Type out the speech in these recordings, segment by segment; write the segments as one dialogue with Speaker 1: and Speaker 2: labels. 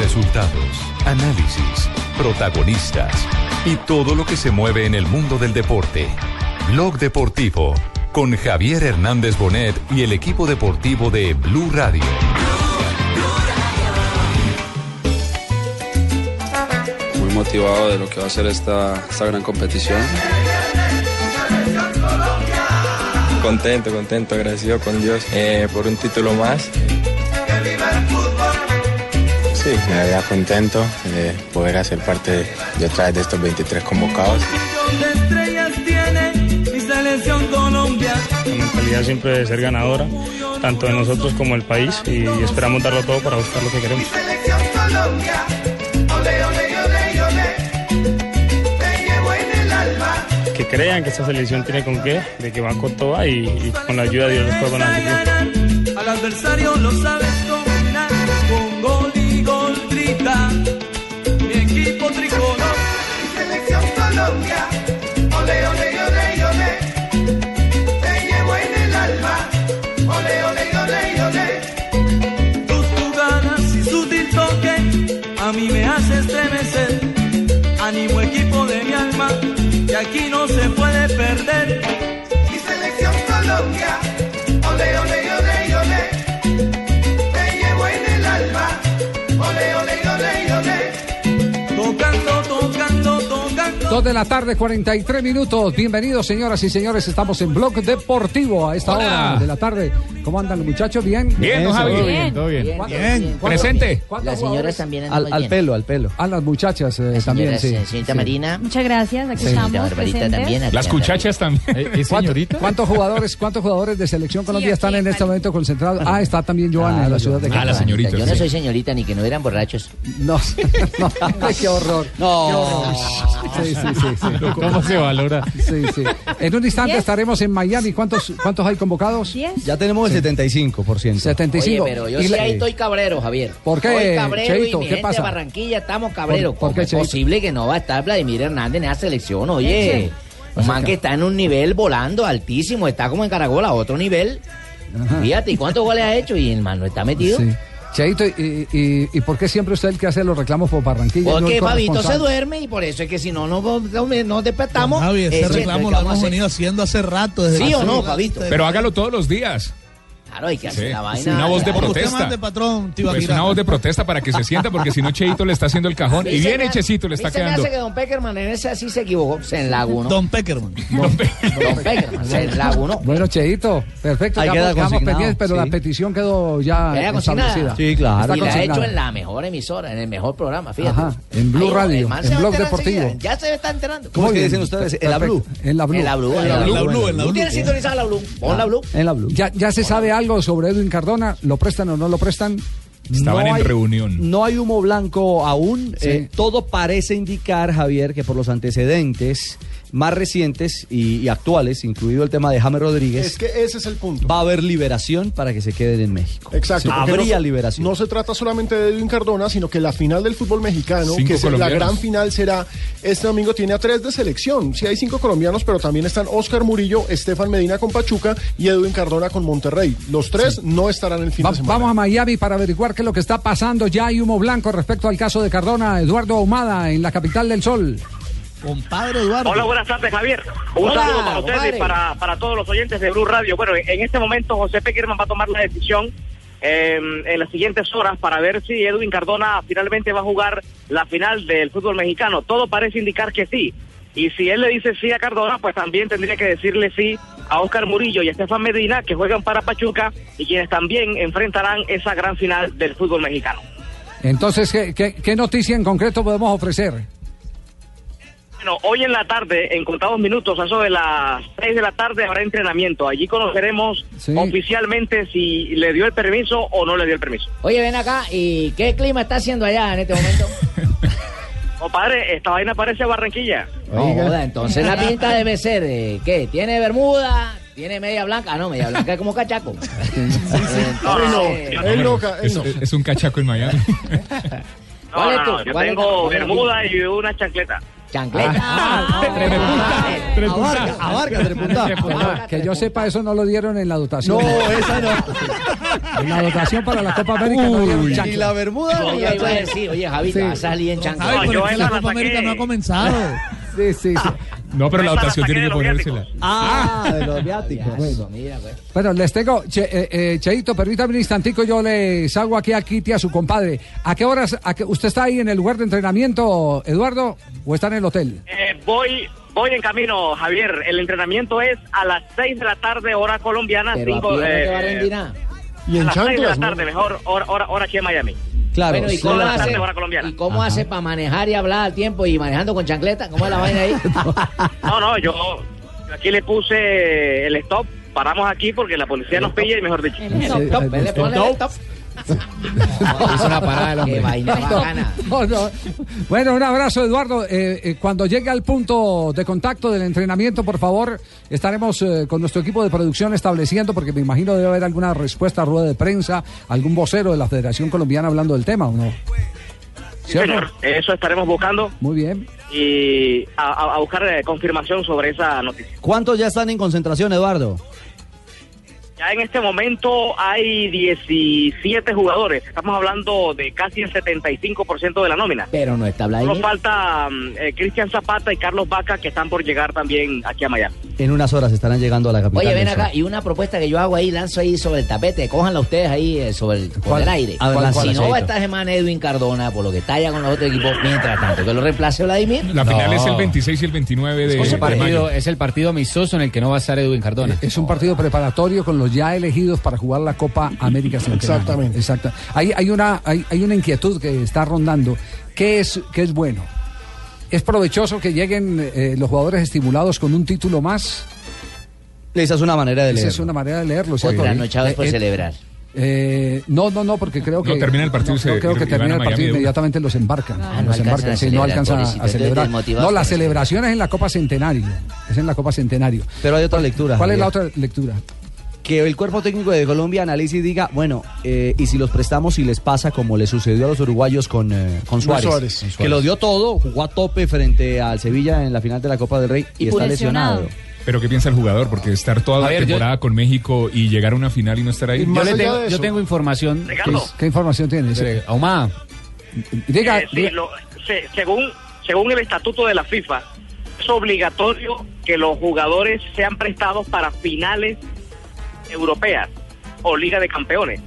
Speaker 1: Resultados, análisis, protagonistas y todo lo que se mueve en el mundo del deporte. Blog Deportivo con Javier Hernández Bonet y el equipo deportivo de Blue Radio.
Speaker 2: Muy motivado de lo que va a ser esta, esta gran competición.
Speaker 3: Contento, contento, agradecido con Dios eh, por un título más.
Speaker 4: Sí, me verdad contento de poder hacer parte de, de otra vez de estos 23 convocados.
Speaker 5: La mentalidad siempre de ser ganadora, tanto de nosotros como del país, y esperamos darlo todo para buscar lo que queremos. Que crean que esta selección tiene con qué, de que van con toda y, y con la ayuda de Dios los puede ganar.
Speaker 6: Al adversario lo sabes dominar con gol y gol grita. Mi equipo tricolor, mi selección Colombia. Ole, ole, ole, ole. Te llevo en el alma. Ole, ole, ole, ole. Tus jugadas y sutil toque a mí me hace estremecer. Ánimo equipo de mi alma, que aquí no se puede perder. Mi selección Colombia. Ole, ole, ole, ole. Te llevo en el alma. Ole, ole, ole, ole. Tocando, tocando, tocando.
Speaker 7: Dos de la tarde, 43 minutos. Bienvenidos, señoras y señores. Estamos en Blog Deportivo a esta
Speaker 8: Hola.
Speaker 7: hora de la tarde. ¿Cómo andan los muchachos? ¿Bien?
Speaker 8: Bien, don Javi.
Speaker 7: ¿Seguro?
Speaker 8: Bien,
Speaker 9: todo bien.
Speaker 7: ¿Cuántos-
Speaker 9: Bien.
Speaker 7: cuántos-
Speaker 8: Presente.
Speaker 7: cuántos
Speaker 9: Las
Speaker 7: jugadores?
Speaker 9: señoras también andan
Speaker 10: Al,
Speaker 9: muy
Speaker 10: al
Speaker 9: bien.
Speaker 10: pelo, al pelo.
Speaker 7: A las muchachas eh,
Speaker 9: Las
Speaker 7: también,
Speaker 9: señoras,
Speaker 7: sí.
Speaker 9: eh, señorita
Speaker 7: sí.
Speaker 9: Marina,
Speaker 11: Muchas gracias, aquí
Speaker 9: señorita
Speaker 11: estamos
Speaker 9: Barbarita
Speaker 11: presentes.
Speaker 9: también. aquí
Speaker 8: Las
Speaker 9: andan.
Speaker 8: cuchachas
Speaker 10: ¿Eh,
Speaker 8: también.
Speaker 9: ¿Es señorita?
Speaker 7: ¿Cuántos jugadores, ¿Cuántos jugadores de Selección Colombia
Speaker 11: aquí
Speaker 7: están en
Speaker 11: hay
Speaker 7: este momento concentrados? Ah, está también Joana,
Speaker 10: Claro,
Speaker 7: de la ciudad de
Speaker 8: Joana. Ah, la
Speaker 7: Cali.
Speaker 8: señorita.
Speaker 9: Yo no
Speaker 8: sí.
Speaker 9: soy señorita ni que no eran borrachos.
Speaker 7: No, no, qué horror.
Speaker 9: No.
Speaker 7: Sí, sí, sí, sí.
Speaker 9: ¿Cómo se valora?
Speaker 7: Sí, sí. En un instante
Speaker 11: Diez.
Speaker 7: estaremos en Miami. ¿Cuántos, cuántos hay convocados?
Speaker 11: Diez.
Speaker 10: Ya tenemos el 75%.
Speaker 7: 75.
Speaker 9: Oye, pero yo
Speaker 7: Y
Speaker 9: sí
Speaker 7: la-
Speaker 9: ahí estoy cabrero, Javier.
Speaker 7: ¿Por qué,
Speaker 9: Estoy cabrero
Speaker 7: Cheito?
Speaker 9: y mi
Speaker 7: ¿Qué
Speaker 9: gente
Speaker 7: pasa?
Speaker 9: de Barranquilla estamos cabreros.
Speaker 7: ¿Por- por
Speaker 9: ¿Cómo
Speaker 7: qué,
Speaker 9: es
Speaker 7: Cheito?
Speaker 9: posible que no va a estar Vladimir Hernández en esa selección? Oye,
Speaker 11: Eche.
Speaker 9: un man que está en un nivel volando altísimo, está como en Caragola, a otro nivel. Fíjate, ¿y cuántos goles ha hecho? Y el man no está metido.
Speaker 7: Sí. Cheito, ¿y, y, y por qué siempre usted es el que hace los reclamos por Barranquilla? y no el
Speaker 9: Porque Fabito se
Speaker 7: corresponsal?
Speaker 9: duerme y por eso es que si no nos no, no despertamos.
Speaker 12: Javi,
Speaker 9: eh,
Speaker 12: ese
Speaker 9: Cheito,
Speaker 12: reclamo lo
Speaker 9: ¿qué vamos a
Speaker 12: hemos
Speaker 9: hacer?
Speaker 12: venido haciendo hace rato. Desde
Speaker 9: ¿Sí
Speaker 12: la
Speaker 9: o no,
Speaker 12: segunda
Speaker 9: Fabito?
Speaker 12: vista.
Speaker 8: Pero hágalo todos los días.
Speaker 9: Claro, hay que hacer
Speaker 8: Sí.
Speaker 9: la vaina.
Speaker 8: Una voz de
Speaker 9: Claro.
Speaker 12: Usted
Speaker 8: protesta.
Speaker 12: mande, patrón,
Speaker 8: Pues
Speaker 12: Tibaquirá.
Speaker 8: una voz de protesta para que se sienta, porque si no, Cheito le está haciendo el cajón. Y
Speaker 9: Sí, se
Speaker 8: bien
Speaker 9: me ha-
Speaker 8: hechecito le está
Speaker 9: sí se me
Speaker 8: quedando.
Speaker 9: hace que Don Peckerman en ese sí se equivocó, pues, se enlagunó. Don,
Speaker 12: Don Peckerman.
Speaker 9: Peckerman se enlagunó.
Speaker 7: Ah, Bueno, Cheito, perfecto.
Speaker 10: Ahí
Speaker 7: ya
Speaker 10: queda
Speaker 7: quedamos
Speaker 10: consignado,
Speaker 7: pendientes, pero
Speaker 10: sí.
Speaker 7: la petición quedó ya
Speaker 9: Queda consignada.
Speaker 7: establecida.
Speaker 10: Sí, claro.
Speaker 7: Está
Speaker 9: Y la ha
Speaker 7: consignada.
Speaker 9: hecho en la mejor emisora, en el mejor programa, fíjate.
Speaker 7: Ajá, en Blue
Speaker 9: Ahí,
Speaker 7: Radio,
Speaker 9: el man
Speaker 7: en
Speaker 9: se va a
Speaker 7: Blog
Speaker 9: enterar
Speaker 7: Deportivo.
Speaker 9: enseguida, Ya se está enterando.
Speaker 10: ¿Cómo es
Speaker 7: Muy
Speaker 10: que
Speaker 7: bien,
Speaker 10: dicen ustedes?
Speaker 7: perfecto.
Speaker 10: En la Blue.
Speaker 7: En la Blue.
Speaker 9: En la Blue. En la
Speaker 12: En la
Speaker 9: Blue.
Speaker 12: Blue, en la
Speaker 9: ¿Tú
Speaker 12: Blue. Ah.
Speaker 9: tienes sintonizada la Blue? Pon la Blue.
Speaker 10: En la Blue.
Speaker 7: Ya, ya se sabe algo sobre Edwin Cardona. ¿Lo prestan o no lo prestan?
Speaker 8: Estaban en reunión.
Speaker 10: No hay humo blanco aún.
Speaker 7: Sí.
Speaker 10: Eh, todo parece indicar, Javier, que por los antecedentes más recientes y, y actuales, incluido el tema de James Rodríguez,
Speaker 13: Es que ese es el punto.
Speaker 10: va a haber liberación para que se queden en México.
Speaker 13: Exacto.
Speaker 10: Sí.
Speaker 13: porque
Speaker 10: Habría
Speaker 13: no se-
Speaker 10: liberación.
Speaker 13: No se trata solamente de Edwin Cardona, sino que la final del fútbol mexicano,
Speaker 8: Cinco
Speaker 13: que es la
Speaker 8: colombianos.
Speaker 13: gran final será este domingo, tiene a tres de selección. Sí hay cinco colombianos, pero también están Oscar Murillo, Estefan Medina con Pachuca y Edwin Cardona con Monterrey. Los tres no estarán el fin
Speaker 7: Va-
Speaker 13: de semana.
Speaker 7: vamos a Miami para averiguar qué es lo que está pasando. Ya hay humo blanco respecto al caso de Cardona, Eduardo Ahumada, en la capital del sol.
Speaker 12: Compadre Eduardo.
Speaker 14: Hola, buenas tardes, Javier. Un
Speaker 9: Hola,
Speaker 14: saludo para ustedes
Speaker 9: compadre.
Speaker 14: y para, para todos los oyentes de Blue Radio. Bueno, en este momento José Pequerman va a tomar la decisión eh, en las siguientes horas para ver si Edwin Cardona finalmente va a jugar la final del fútbol mexicano. Todo parece indicar que sí. Y si él le dice sí a Cardona, pues también tendría que decirle sí a Óscar Murillo y a Estefan Medina, que juegan para Pachuca y quienes también enfrentarán esa gran final del fútbol mexicano.
Speaker 7: Entonces, ¿qué, qué- qué noticia en concreto podemos ofrecer?
Speaker 14: Bueno, hoy en la tarde, en contados minutos, a eso de las 6 de la tarde habrá entrenamiento. Allí conoceremos
Speaker 7: Sí.
Speaker 14: oficialmente si le dio el permiso o no le dio el permiso.
Speaker 9: Oye, ven acá. ¿Y qué clima está haciendo allá en este momento?
Speaker 14: Compadre, esta vaina parece Barranquilla.
Speaker 9: No, joda, entonces la pinta debe ser, eh, ¿qué? ¿Tiene bermuda? ¿Tiene media blanca? Ah, no, media blanca es como cachaco.
Speaker 13: Él no,
Speaker 9: Entonces,
Speaker 13: él no, ca- él
Speaker 8: Es,
Speaker 13: no.
Speaker 8: es un cachaco en Miami.
Speaker 14: No,
Speaker 9: ¿Cuál es
Speaker 14: no,
Speaker 9: tu-
Speaker 14: no, yo tengo
Speaker 9: cuál es tu- cuál es tu-
Speaker 14: bermuda y una chancleta.
Speaker 9: Chancleta.
Speaker 15: Ah,
Speaker 7: Trepunta.
Speaker 10: Abarca, trepunta.
Speaker 7: Ah, Que yo sepa, eso no lo dieron en la dotación.
Speaker 10: No, esa no.
Speaker 7: En la dotación para la Copa América no dieron
Speaker 10: Uy,
Speaker 7: chancla.
Speaker 10: y la bermuda.
Speaker 9: Oye, iba a decir, oye, Javi, te vas a salir en chancleta.
Speaker 15: Ay, pero es que la Copa
Speaker 9: saqué.
Speaker 15: América no ha comenzado.
Speaker 7: Sí, sí, sí.
Speaker 8: No, pero la dotación tiene que
Speaker 7: ponérsela.
Speaker 8: ponérsela.
Speaker 10: Ah, de los viáticos.
Speaker 9: Eso, mira, pues.
Speaker 7: Bueno, les tengo, che, eh, eh, Cheito, permítame un instantico, yo les hago aquí a Kitty, a su compadre. ¿A qué horas, a qué- usted está ahí en el lugar de entrenamiento, Eduardo, o está en el hotel?
Speaker 14: Eh, voy, voy en camino, Javier. El entrenamiento es a las 6 de la tarde, hora colombiana.
Speaker 9: Pero a
Speaker 14: cinco,
Speaker 9: pie no
Speaker 14: eh,
Speaker 9: te va a rendir nada.
Speaker 13: Y
Speaker 14: a
Speaker 13: en
Speaker 14: las 6 de la
Speaker 13: chanclas, ¿no?
Speaker 14: tarde, mejor, hora, hora, hora aquí en Miami.
Speaker 10: Claro.
Speaker 9: Bueno, ¿y
Speaker 10: sí,
Speaker 9: cómo
Speaker 10: la-
Speaker 9: hace?
Speaker 14: hora colombiana.
Speaker 9: ¿Y cómo hace para manejar y hablar al tiempo y manejando con chancleta? ¿Cómo es la vaina ahí?
Speaker 14: No, no, yo aquí le puse el stop. Paramos aquí porque la policía nos pilla y mejor dicho.
Speaker 9: Top, ve, le pone el top.
Speaker 7: Hizo una parada el hombre.
Speaker 9: Qué vaina bacana.
Speaker 7: No, no. Bueno, un abrazo, Eduardo. Eh, eh, cuando llegue al punto de contacto del entrenamiento, por favor, estaremos eh, con nuestro equipo de producción estableciendo, porque me imagino debe haber alguna respuesta a rueda de prensa, algún vocero de la Federación Colombiana hablando del tema, ¿o no?
Speaker 14: Sí, señor. Eso estaremos buscando
Speaker 7: Muy bien.
Speaker 14: y a, a- a buscar eh, confirmación sobre esa noticia.
Speaker 10: ¿Cuántos ya están en concentración, Eduardo?
Speaker 14: Ya en este momento hay 17 jugadores. Estamos hablando de casi el 75% de la nómina.
Speaker 9: Pero no está
Speaker 14: Solo
Speaker 9: Vladimir.
Speaker 14: falta mm, eh, Cristian Zapata y Carlos Vaca que están por llegar también aquí a Miami.
Speaker 10: En unas horas estarán llegando a la capital.
Speaker 9: Oye, ven
Speaker 10: del
Speaker 9: acá,
Speaker 10: sur.
Speaker 9: y una propuesta que yo hago ahí, lanzo ahí sobre el tapete, cójanla ustedes ahí eh, sobre el, por
Speaker 10: ¿Cuál?
Speaker 9: el aire.
Speaker 8: Ah,
Speaker 10: A ver,
Speaker 9: Cuál-
Speaker 10: lánzala,
Speaker 9: si no va a
Speaker 10: Cheito.
Speaker 9: estar semana Edwin Cardona, por lo que está allá con los otros equipos, mientras tanto, que lo reemplace Vladimir.
Speaker 8: La final
Speaker 16: No.
Speaker 8: es el 26 y el 29 de,
Speaker 16: Es,
Speaker 8: de
Speaker 16: un partido,
Speaker 8: mayo.
Speaker 16: es el partido amistoso en el que no va a estar Edwin Cardona.
Speaker 7: Es un partido preparatorio con los ya elegidos para jugar la Copa América Centenario.
Speaker 13: Exactamente.
Speaker 7: Exacta. Hay, hay una, hay, hay una inquietud que está rondando. ¿Qué es, qué es bueno? ¿Es provechoso que lleguen eh, los jugadores estimulados con un título más?
Speaker 10: Esa es una manera de
Speaker 7: Esa
Speaker 10: leer.
Speaker 7: es una manera de leerlo. ¿cierto?
Speaker 9: Otra noche
Speaker 7: Eh,
Speaker 9: por
Speaker 7: eh,
Speaker 9: pues, celebrar.
Speaker 7: eh, no, no, no, porque creo que.
Speaker 8: No, termina el partido y
Speaker 7: no,
Speaker 8: se-
Speaker 7: no creo
Speaker 8: y
Speaker 7: que
Speaker 8: van a
Speaker 7: termina el
Speaker 8: Miami
Speaker 7: partido
Speaker 8: de una.
Speaker 7: inmediatamente los embarcan.
Speaker 9: Ah, no
Speaker 7: los
Speaker 9: alcanzan
Speaker 7: embarcan,
Speaker 9: a
Speaker 7: sí, no
Speaker 9: celebrar,
Speaker 7: alcanza
Speaker 9: pobrecito,
Speaker 7: a celebrar.
Speaker 9: entonces desmotivados
Speaker 7: No, la
Speaker 9: por eso.
Speaker 7: celebración es en la Copa Centenario. Es en la Copa Centenario.
Speaker 10: Pero hay otra lectura.
Speaker 7: ¿Cuál es la
Speaker 10: Javier.
Speaker 7: otra lectura?
Speaker 10: Que el cuerpo técnico de Colombia analice y diga, bueno, eh, y si los prestamos y les pasa como le sucedió a los uruguayos con, eh, con Suárez,
Speaker 13: Suárez. Con
Speaker 10: Que
Speaker 13: Suárez.
Speaker 10: lo dio todo, jugó a tope frente al Sevilla en la final de la Copa del Rey y,
Speaker 15: Y
Speaker 10: está
Speaker 15: lesionado.
Speaker 10: lesionado.
Speaker 8: Pero ¿qué piensa el jugador? Porque estar toda la
Speaker 16: Javier, yo-
Speaker 8: temporada con México y llegar a una final y no estar ahí.
Speaker 13: Y
Speaker 16: Yo,
Speaker 13: más
Speaker 16: le
Speaker 13: allá
Speaker 16: tengo,
Speaker 13: de
Speaker 16: yo
Speaker 13: eso-
Speaker 16: tengo información.
Speaker 14: Ricardo.
Speaker 16: pues,
Speaker 7: ¿Qué información tienes?
Speaker 16: eh, Ahumada.
Speaker 7: Diga,
Speaker 14: Eh, sí, lo- se- según, según el estatuto de la FIFA, es obligatorio que los jugadores sean prestados para finales europeas o Liga de Campeones.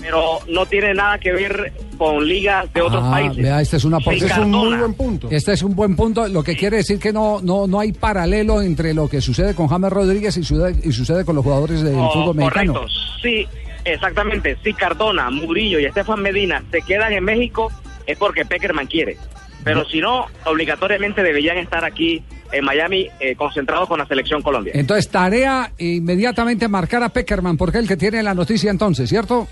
Speaker 14: Pero no tiene nada que ver con ligas de otros
Speaker 7: Ah,
Speaker 14: países.
Speaker 7: vea, este es un aporte.
Speaker 14: Sí,
Speaker 13: Ese es un muy
Speaker 14: Cardona.
Speaker 13: buen punto.
Speaker 7: Este es un buen punto. Lo que quiere decir que no, no, no hay paralelo entre lo que sucede con James Rodríguez y sucede, y sucede con los jugadores del
Speaker 14: Oh,
Speaker 7: fútbol mexicano.
Speaker 14: correcto, sí, exactamente. Si Cardona, Murillo y Estefan Medina se quedan en México es porque Peckerman quiere. Pero si no, obligatoriamente deberían estar aquí en Miami eh, concentrados con la selección Colombia.
Speaker 7: Entonces, tarea inmediatamente marcar a Peckerman, porque es el que tiene la noticia entonces, ¿cierto?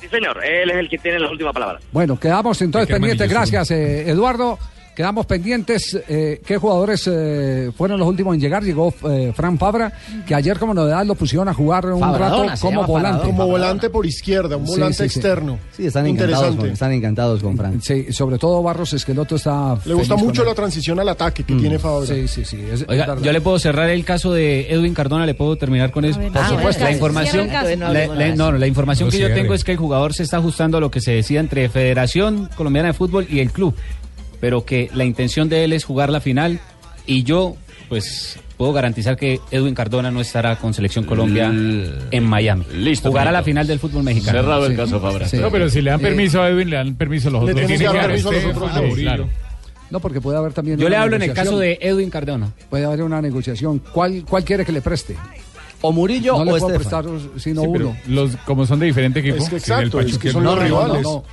Speaker 14: Sí, señor, él es el que tiene la última palabra.
Speaker 7: Bueno, quedamos entonces
Speaker 8: Peckerman y
Speaker 7: pendientes.
Speaker 8: yo
Speaker 7: Gracias, eh, Eduardo. Quedamos pendientes eh, qué jugadores eh, fueron los últimos en llegar. Llegó eh, Fran Fabra, que ayer como novedad lo pusieron a jugar un
Speaker 9: Fabradona,
Speaker 7: rato
Speaker 9: se
Speaker 7: como
Speaker 9: llama
Speaker 7: volante.
Speaker 9: Fabradona.
Speaker 13: Como volante por izquierda, un
Speaker 7: Sí,
Speaker 13: volante
Speaker 7: sí, sí.
Speaker 13: externo.
Speaker 10: Sí, están encantados, con,
Speaker 13: Interesante.
Speaker 10: están encantados con Fran.
Speaker 7: Sí, sobre todo Barros Esqueloto está...
Speaker 13: Le
Speaker 7: feliz
Speaker 13: gusta
Speaker 7: con
Speaker 13: mucho
Speaker 7: él.
Speaker 13: la transición al ataque que tiene Fabra.
Speaker 7: Sí, sí, sí. es- es
Speaker 16: Oiga,
Speaker 7: verdad.
Speaker 16: yo le puedo cerrar el caso de Edwin Cardona, le puedo terminar con eso.
Speaker 7: Por supuesto.
Speaker 16: La información,
Speaker 9: Cierra ah, el caso.
Speaker 16: la- la- no, no, la información
Speaker 8: No
Speaker 16: que yo
Speaker 8: cierre.
Speaker 16: tengo es que el jugador se está ajustando a lo que se decía entre Federación Colombiana de Fútbol y el club, pero que la intención de él es jugar la final y yo, pues, puedo garantizar que Edwin Cardona no estará con Selección Colombia en Miami.
Speaker 17: Listo,
Speaker 16: Jugará
Speaker 17: Benito.
Speaker 16: la final del fútbol mexicano.
Speaker 17: Cerrado el
Speaker 7: Sí.
Speaker 17: caso, Fabra.
Speaker 7: Sí.
Speaker 8: No, pero si le dan
Speaker 7: Eh,
Speaker 8: permiso a Edwin, le dan permiso a los
Speaker 13: le
Speaker 8: otros.
Speaker 13: tienen que
Speaker 8: Tiene
Speaker 13: dar
Speaker 8: que
Speaker 13: permiso a los
Speaker 8: Estefan,
Speaker 13: otros dos.
Speaker 8: Murillo.
Speaker 13: Claro.
Speaker 7: No, porque puede haber también.
Speaker 16: Yo
Speaker 7: una
Speaker 16: le hablo en el caso
Speaker 7: negociación.
Speaker 16: de Edwin Cardona.
Speaker 7: Puede haber una negociación. ¿Cuál, cuál quiere que le preste?
Speaker 10: O Murillo
Speaker 7: No le
Speaker 10: o
Speaker 7: puedo
Speaker 10: Estefan.
Speaker 7: prestar sino
Speaker 8: Sí, pero
Speaker 7: uno.
Speaker 8: los, como son de diferente equipo,
Speaker 13: Es que
Speaker 8: si en el
Speaker 13: exacto, es que
Speaker 8: Pachuca
Speaker 13: son
Speaker 8: no,
Speaker 13: los
Speaker 8: no, no,
Speaker 13: rivales.
Speaker 8: no.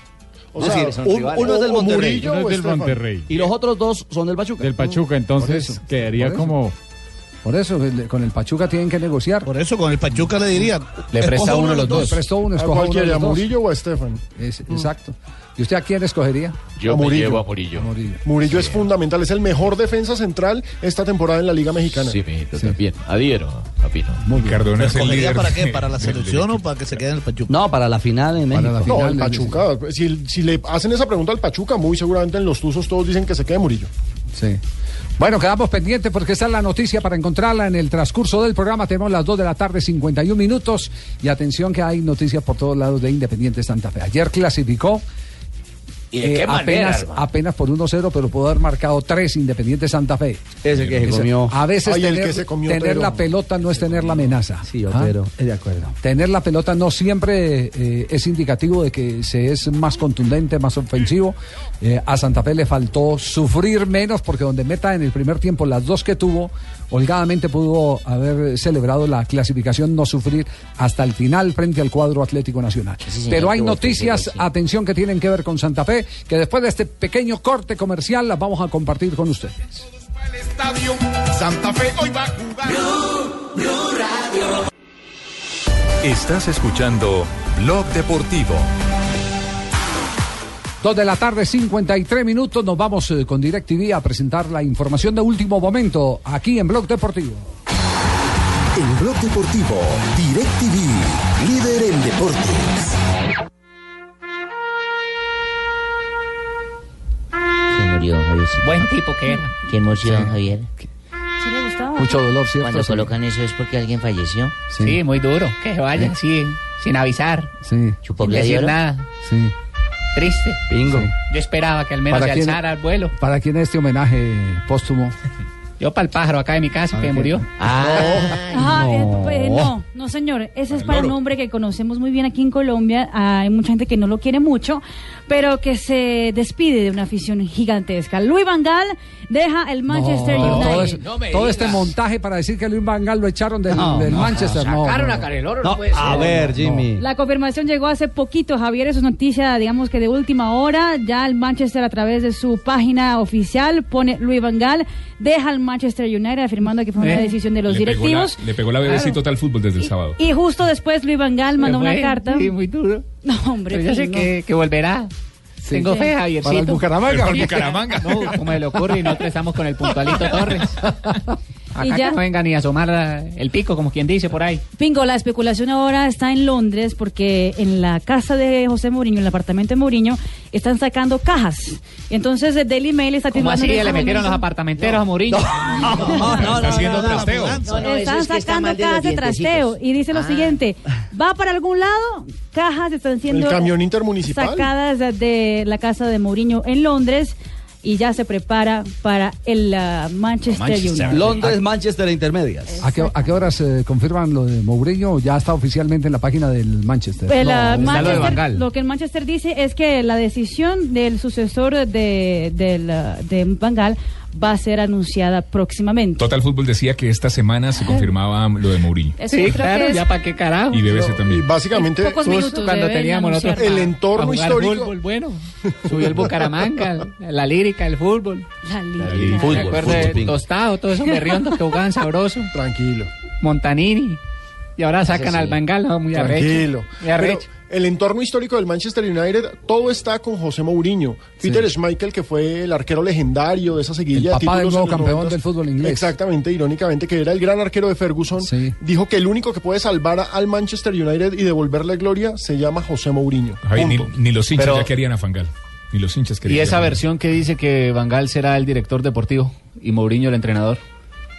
Speaker 13: O
Speaker 10: Es
Speaker 13: sea,
Speaker 10: decir, son
Speaker 13: un-
Speaker 10: rivales.
Speaker 13: uno es del
Speaker 10: O
Speaker 13: Monterrey.
Speaker 10: Murillo
Speaker 8: Uno es del
Speaker 13: Estefan.
Speaker 8: Monterrey.
Speaker 10: Y los otros dos son del Pachuca.
Speaker 8: Del Pachuca, entonces
Speaker 7: Por eso,
Speaker 8: quedaría
Speaker 7: por eso.
Speaker 8: como
Speaker 7: Por eso, el- con el Pachuca tienen que negociar.
Speaker 15: Por eso, con el Pachuca le diría.
Speaker 16: Le
Speaker 15: escoja
Speaker 16: presta uno a los
Speaker 7: Le
Speaker 16: dos.
Speaker 7: prestó uno,
Speaker 13: ¿A
Speaker 7: escoja
Speaker 13: cuál
Speaker 7: uno de
Speaker 13: quiere? ¿A
Speaker 7: los dos.
Speaker 13: Murillo o a Estefan?
Speaker 7: Es- Exacto. ¿Y usted a quién escogería?
Speaker 17: Yo
Speaker 13: A
Speaker 17: me
Speaker 13: Murillo.
Speaker 17: llevo a Murillo.
Speaker 7: Murillo.
Speaker 13: Murillo es fundamental, es el mejor defensa central esta temporada en la Liga Mexicana.
Speaker 17: Sí, mijito, también. Adhiero a Pino.
Speaker 8: Cardona es el
Speaker 15: ¿Escogería
Speaker 8: líder.
Speaker 15: para qué?
Speaker 8: de-
Speaker 15: ¿Para la
Speaker 8: del- del
Speaker 15: selección o
Speaker 8: equipo.
Speaker 15: para que se quede en el Pachuca?
Speaker 10: No, para la final en México.
Speaker 7: Para la
Speaker 13: No,
Speaker 7: final.
Speaker 13: el pues,
Speaker 7: del-
Speaker 13: Pachuca. Si, si le hacen esa pregunta al Pachuca, muy seguramente en los Tuzos todos dicen que se quede Murillo.
Speaker 7: Sí. Bueno, quedamos pendientes porque esa es la noticia para encontrarla en el transcurso del programa. Tenemos las 2 de la tarde, 51 minutos. Y atención que hay noticias por todos lados de Independiente Santa Fe. Ayer clasificó
Speaker 9: ¿Y de
Speaker 7: eh,
Speaker 9: qué manera,
Speaker 7: apenas,
Speaker 9: hermano?
Speaker 7: apenas por 1-0, pero pudo haber marcado 3 Independiente Santa Fe.
Speaker 18: Ese que se
Speaker 7: Ese-
Speaker 18: comió.
Speaker 7: A veces
Speaker 18: Ay, el
Speaker 7: tener,
Speaker 18: que se comió,
Speaker 7: tener
Speaker 18: Otero.
Speaker 7: la pelota no es tener la amenaza.
Speaker 18: Sí,
Speaker 7: ¿Ah?
Speaker 18: Otero, es de acuerdo.
Speaker 7: Tener la pelota no siempre eh, es indicativo de que se es más contundente, más ofensivo. Eh, a Santa Fe le faltó sufrir menos porque donde meta en el primer tiempo las dos que tuvo, holgadamente pudo haber celebrado la clasificación, no sufrir hasta el final frente al cuadro Atlético Nacional.
Speaker 9: señor,
Speaker 7: Pero hay
Speaker 9: tuvo
Speaker 7: noticias, atención, que tienen que ver con Santa Fe, que después de este pequeño corte comercial las vamos a compartir con ustedes.
Speaker 19: Estadio Santa Fe hoy va a jugar. Radio.
Speaker 1: Estás escuchando Blog Deportivo.
Speaker 7: Dos de la tarde, 53 minutos. Nos vamos eh, con DirecTV a presentar la información de último momento aquí en Blog Deportivo.
Speaker 20: En Blog Deportivo, DirecTV, líder en deportes.
Speaker 9: ¿Quién murió, Javiercito?
Speaker 16: Buen tipo que era.
Speaker 9: ¿Quién murió, Javier?
Speaker 16: ¿Sí le gustaba?
Speaker 9: Cuando colocan eso es porque alguien falleció.
Speaker 16: Sí, muy duro. Que se vayan,
Speaker 9: ¿Eh?
Speaker 16: sí, sin avisar.
Speaker 7: Sí.
Speaker 16: Sin decir
Speaker 9: gladiador?
Speaker 16: nada.
Speaker 7: Sí.
Speaker 16: Triste.
Speaker 7: Bingo.
Speaker 16: Yo esperaba que al menos se
Speaker 7: ¿Para quién?
Speaker 16: alzara al vuelo.
Speaker 7: ¿Para quién es este homenaje póstumo?
Speaker 16: Yo para el pájaro acá de mi casa que murió.
Speaker 11: Ah, eh, pues,
Speaker 7: no.
Speaker 11: no, no señor, ese es para un hombre que conocemos muy bien aquí en Colombia, hay mucha gente que no lo quiere mucho, pero que se despide de una afición gigantesca. Luis Van Gaal deja el Manchester
Speaker 7: Pero
Speaker 11: United.
Speaker 7: todo, es- todo este montaje para decir que Luis Van Gaal lo echaron del, del Manchester. No, no, no.
Speaker 18: No, a ver, Jimmy.
Speaker 11: La confirmación llegó hace poquito, Javier, eso es noticia, digamos que de última hora. Ya el Manchester a través de su página oficial pone Luis Van Gaal, deja al Manchester United afirmando que fue una
Speaker 8: Eh,
Speaker 11: decisión de los
Speaker 8: le pegó la-
Speaker 11: directivos.
Speaker 8: le pegó la bebecita al fútbol desde el sábado.
Speaker 11: Y justo después Luis Van Gaal mandó
Speaker 16: Pero
Speaker 11: una
Speaker 16: fue,
Speaker 11: carta.
Speaker 16: sí, muy duro.
Speaker 11: No, hombre.
Speaker 16: Pero yo sé
Speaker 11: sí, no.
Speaker 16: que, que volverá. Tengo fe, Javiercito.
Speaker 7: Para el Bucaramanga. Para el
Speaker 16: Bucaramanga. No, como se le ocurre y nosotros estamos con el puntualito Torres. Acá
Speaker 11: Y ya.
Speaker 16: que no venga ni a asomar la- el pico, como quien dice por ahí.
Speaker 11: Pingo, la especulación ahora está en Londres porque en la casa de José Mourinho, en el apartamento de Mourinho, están sacando cajas. Entonces, el Daily Mail está
Speaker 16: Como así
Speaker 11: titulando en
Speaker 16: le
Speaker 11: este
Speaker 16: metieron los
Speaker 11: momento-
Speaker 16: apartamenteros a Mourinho.
Speaker 11: no,
Speaker 8: Está haciendo trasteo.
Speaker 16: no, eso
Speaker 11: están
Speaker 16: es que está
Speaker 11: sacando
Speaker 16: mal de los
Speaker 11: cajas de
Speaker 16: dientecitos. Ah.
Speaker 11: trasteo y dice lo siguiente, va para algún lado, cajas están siendo
Speaker 13: El camión intermunicipal.
Speaker 11: sacadas de- de la casa de Mourinho en Londres y ya se prepara para el ah, Manchester, United.
Speaker 18: Londres, Manchester e intermedias.
Speaker 7: ¿A qué, a qué horas eh, confirman lo de Mourinho? ¿Ya está oficialmente en la página del Manchester?
Speaker 11: El, ah, Manchester- lo, que el Manchester dice es que la decisión del sucesor de, del, ah, de Van Gaal va a ser anunciada próximamente.
Speaker 8: Total Fútbol decía que esta semana se confirmaba lo de Mourinho.
Speaker 11: Eso Sí, yo creo claro, que es- ya
Speaker 16: para qué carajo.
Speaker 8: Y BBC también.
Speaker 13: básicamente,
Speaker 16: En pocos
Speaker 13: pues,
Speaker 16: minutos Cuando deben teníamos nosotros anunciar.
Speaker 13: el
Speaker 16: pa- pa
Speaker 13: entorno
Speaker 16: jugar
Speaker 13: histórico.
Speaker 16: fútbol, bueno, subió el Bucaramanga, la lírica, el fútbol.
Speaker 11: La
Speaker 16: Me
Speaker 11: lírica.
Speaker 16: acuerdo de Tostado, todos esos berriondos que jugaban sabroso.
Speaker 13: Tranquilo.
Speaker 16: Montanini. Y ahora sacan
Speaker 13: sí.
Speaker 16: al Bangal, no, muy arrecho.
Speaker 13: Tranquilo.
Speaker 16: Muy arrecho.
Speaker 13: Pero el entorno histórico del Manchester United, todo está con José Mourinho. Peter Schmeichel, que fue el arquero legendario de esa seguilla.
Speaker 7: El
Speaker 13: de
Speaker 7: papá del
Speaker 13: títulos
Speaker 7: nuevo
Speaker 13: en los
Speaker 7: campeón
Speaker 13: noventas.
Speaker 7: del fútbol inglés.
Speaker 13: Exactamente, irónicamente, que era el gran arquero de Ferguson. Dijo que el único que puede salvar al Manchester United y devolverle gloria se llama José Mourinho.
Speaker 8: Javi, ni,
Speaker 13: Punto.
Speaker 8: ni los hinchas
Speaker 13: Pero-
Speaker 8: ya querían a Fangal. Ni los hinchas querían.
Speaker 21: Y esa
Speaker 8: a Van Gaal.
Speaker 21: versión que dice que Bangal será el director deportivo y Mourinho el entrenador.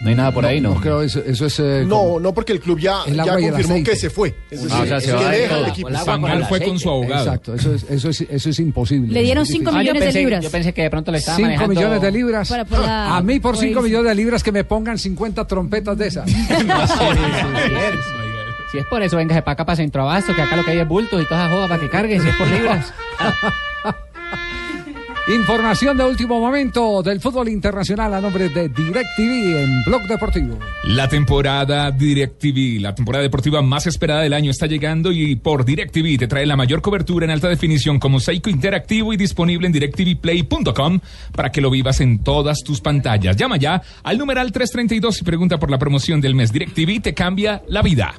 Speaker 21: No hay nada por ahí, ¿no?
Speaker 7: creo, eso, eso es... eh,
Speaker 13: No, no, porque el club ya,
Speaker 7: El
Speaker 13: ya
Speaker 7: agua y el
Speaker 13: confirmó
Speaker 7: aceite.
Speaker 13: que se fue. Es decir,
Speaker 21: o sea, se
Speaker 13: que
Speaker 21: va de
Speaker 13: deja el
Speaker 21: todo.
Speaker 13: equipo.
Speaker 21: Con el agua, Van Gaal con el fue con aceite. su abogado.
Speaker 7: Exacto, eso es, eso es, eso es imposible.
Speaker 11: Le dieron 5
Speaker 7: Ah, yo
Speaker 11: millones
Speaker 7: pensé-
Speaker 11: de libras.
Speaker 7: yo
Speaker 16: pensé que de pronto le
Speaker 7: Cinco millones de libras.
Speaker 11: Para- para-
Speaker 7: a mí por
Speaker 11: pues,
Speaker 7: 5 millones de libras que me pongan 50 trompetas de esas.
Speaker 16: Si es por eso, venga, se paca para Centro Abasto, que acá lo que hay es bultos y todas las jodas para que carguen, si es por libras.
Speaker 7: Información de último momento del fútbol internacional a nombre de DirecTV en Blog Deportivo.
Speaker 8: La temporada DirecTV, la temporada deportiva más esperada del año está llegando y por DirecTV te trae la mayor cobertura en alta definición con mosaico interactivo y disponible en directvplay.com para que lo vivas en todas tus pantallas. Llama ya al numeral 332 y pregunta por la promoción del mes. DirecTV te cambia la vida.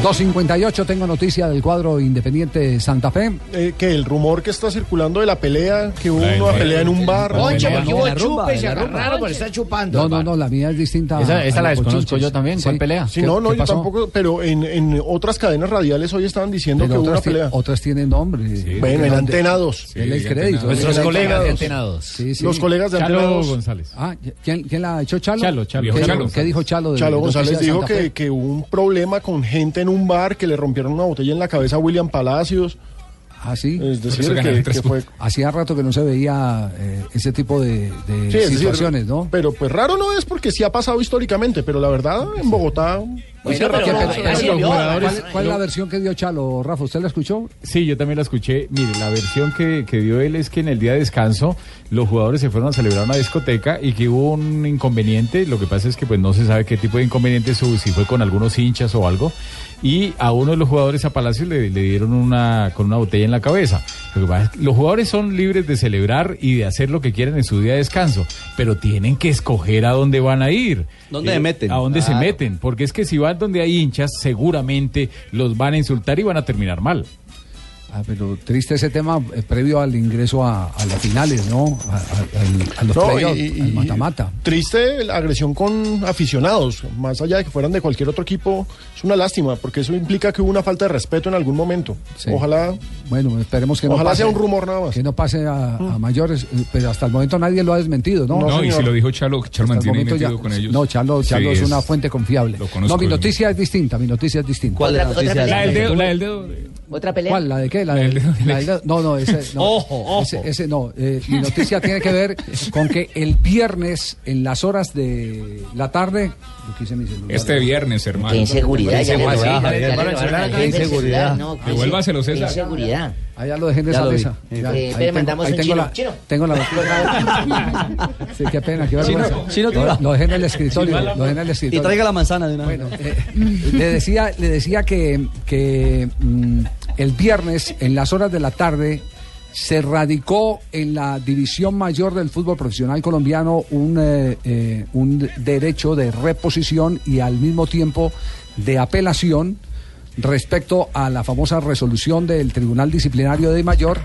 Speaker 7: 258 tengo noticia del cuadro Independiente Santa Fe.
Speaker 13: Eh, que el rumor que está circulando de la pelea, que hubo una pelea en un bar.
Speaker 9: Concha, porque
Speaker 13: No,
Speaker 9: hubo
Speaker 13: la rumba,
Speaker 9: chupe y se
Speaker 13: la rumba.
Speaker 9: agarraron por estar chupando.
Speaker 7: No, no, no, la mía es distinta.
Speaker 13: Esa-
Speaker 7: a-
Speaker 13: esa
Speaker 7: a
Speaker 13: la
Speaker 7: los
Speaker 13: desconozco
Speaker 7: bochinches.
Speaker 13: yo también. ¿Cuál
Speaker 7: pelea?
Speaker 13: Sí, no, no, yo tampoco, pero en, en otras cadenas radiales hoy estaban diciendo
Speaker 7: Pero
Speaker 13: que hubo una
Speaker 7: otras, ti-
Speaker 13: pelea.
Speaker 7: otras tienen nombre.
Speaker 13: Bueno, en
Speaker 7: Donde-
Speaker 13: Antena 2.
Speaker 7: Dele el
Speaker 13: Sí,
Speaker 7: crédito.
Speaker 13: Nuestros
Speaker 7: Dele el
Speaker 13: colegas
Speaker 7: crédito.
Speaker 13: de Antena 2.
Speaker 7: Sí, sí.
Speaker 13: Los colegas de Chalo Antena 2. González.
Speaker 7: Ah, ¿quién, quién la echó Chalo?
Speaker 13: Chalo, Chalo.
Speaker 7: ¿Qué,
Speaker 13: Chalo.
Speaker 7: ¿qué dijo Chalo? de-
Speaker 13: Chalo
Speaker 7: de
Speaker 13: González
Speaker 7: Noticias de
Speaker 13: dijo
Speaker 7: Santa
Speaker 13: que,
Speaker 7: Fe?
Speaker 13: que hubo un problema con gente en un bar que le rompieron una botella en la cabeza a William Palacios.
Speaker 7: Ah, sí.
Speaker 13: Es decir, que, que fue.
Speaker 7: Hacía rato que no se veía eh, ese tipo de, de
Speaker 13: Sí, es decir,
Speaker 7: situaciones, ¿no?
Speaker 13: Pero pues raro no es porque sí ha pasado históricamente, pero la verdad en Bogotá.
Speaker 7: Bueno,
Speaker 13: Qué
Speaker 7: pero
Speaker 13: pena,
Speaker 7: ¿cuál-
Speaker 13: son
Speaker 7: cuál-
Speaker 13: los jugadores.
Speaker 7: ¿Cuál, cuál es la versión que dio Chalo, Rafa? ¿Usted la escuchó?
Speaker 4: Sí, yo también la escuché. Mire, la versión que, que dio él es que en el día de descanso los jugadores se fueron a celebrar una discoteca y que hubo un inconveniente. Lo que pasa es que pues no se sabe qué tipo de inconveniente hubo, si fue con algunos hinchas o algo. Y a uno de los jugadores a Palacio le, le dieron una con una botella en la cabeza. Lo que pasa es que los jugadores son libres de celebrar y de hacer lo que quieran en su día de descanso, pero tienen que escoger a dónde van a ir. Eh,
Speaker 18: ¿Dónde se meten?
Speaker 4: A dónde se
Speaker 18: Claro.
Speaker 4: meten, porque es que si van donde hay hinchas, seguramente los van a insultar y van a terminar mal.
Speaker 7: Ah, pero triste ese tema eh, previo al ingreso a, a las finales, ¿no? A, a- al- a los
Speaker 13: No,
Speaker 7: playoffs,
Speaker 13: y- y-
Speaker 7: al mata-mata.
Speaker 13: Triste la agresión con aficionados, más allá de que fueran de cualquier otro equipo, es una lástima, porque eso implica que hubo una falta de respeto en algún momento.
Speaker 7: Sí.
Speaker 13: Ojalá
Speaker 7: Bueno, esperemos que no
Speaker 13: Ojalá
Speaker 7: pase,
Speaker 13: sea un rumor nada más.
Speaker 7: Que no pase a,
Speaker 8: Mm.
Speaker 7: a mayores, eh, pero hasta el momento nadie lo ha desmentido, ¿no?
Speaker 8: No, y si lo dijo Chalo, Chalo
Speaker 7: Hasta el
Speaker 8: mantiene ahí
Speaker 7: momento
Speaker 8: metido
Speaker 7: ya-
Speaker 8: con ellos.
Speaker 7: No, Chalo,
Speaker 8: Sí,
Speaker 7: Chalo es, una fuente confiable.
Speaker 8: conozco,
Speaker 7: no, mi
Speaker 8: yo.
Speaker 7: noticia es distinta, mi noticia es distinta.
Speaker 8: ¿Cuál de las Otra- otra noticias? pelea. La del dedo, eh. la del
Speaker 7: dedo.
Speaker 9: ¿Otra pelea?
Speaker 7: ¿Cuál? ¿La de qué? La, del- la del dedo. No, no, ese no.
Speaker 9: Ojo, ojo.
Speaker 7: Ese, ese no. Eh, mi noticia tiene que ver con que el viernes, en las horas de la tarde... yo quise mi celular.
Speaker 8: Este viernes, hermano.
Speaker 7: Qué inseguridad, ya le
Speaker 8: Inseguridad,
Speaker 7: robaron,
Speaker 8: Javier,
Speaker 7: ya le
Speaker 8: hermano, el
Speaker 7: robaron
Speaker 8: celular,
Speaker 7: el celular, no,
Speaker 8: Devuélvaselo, Devuélvaselo,
Speaker 9: qué
Speaker 8: César.
Speaker 9: inseguridad.
Speaker 7: Allá lo dejé en
Speaker 9: Ya
Speaker 7: esa
Speaker 9: lo vi.
Speaker 7: mesa.
Speaker 9: Eh,
Speaker 7: Ya,
Speaker 9: eh,
Speaker 7: ahí
Speaker 9: espere,
Speaker 7: tengo-
Speaker 9: mandamos
Speaker 7: ahí
Speaker 9: un
Speaker 7: tengo
Speaker 9: chino,
Speaker 7: la-
Speaker 9: chino.
Speaker 7: Tengo la Sí, qué pena, qué vergüenza.
Speaker 18: Chino, chino,
Speaker 7: lo,
Speaker 18: tira.
Speaker 7: lo dejé en el escritorio.
Speaker 18: Sí, va.
Speaker 7: lo dejé en el escritorio.
Speaker 18: Y traiga la manzana de una vez.
Speaker 7: Bueno, eh, le decía, le decía que, que mm, el viernes, en las horas de la tarde, se radicó en la división mayor del fútbol profesional colombiano un, eh, eh, un derecho de reposición y al mismo tiempo de apelación respecto a la famosa resolución del Tribunal Disciplinario de Mayor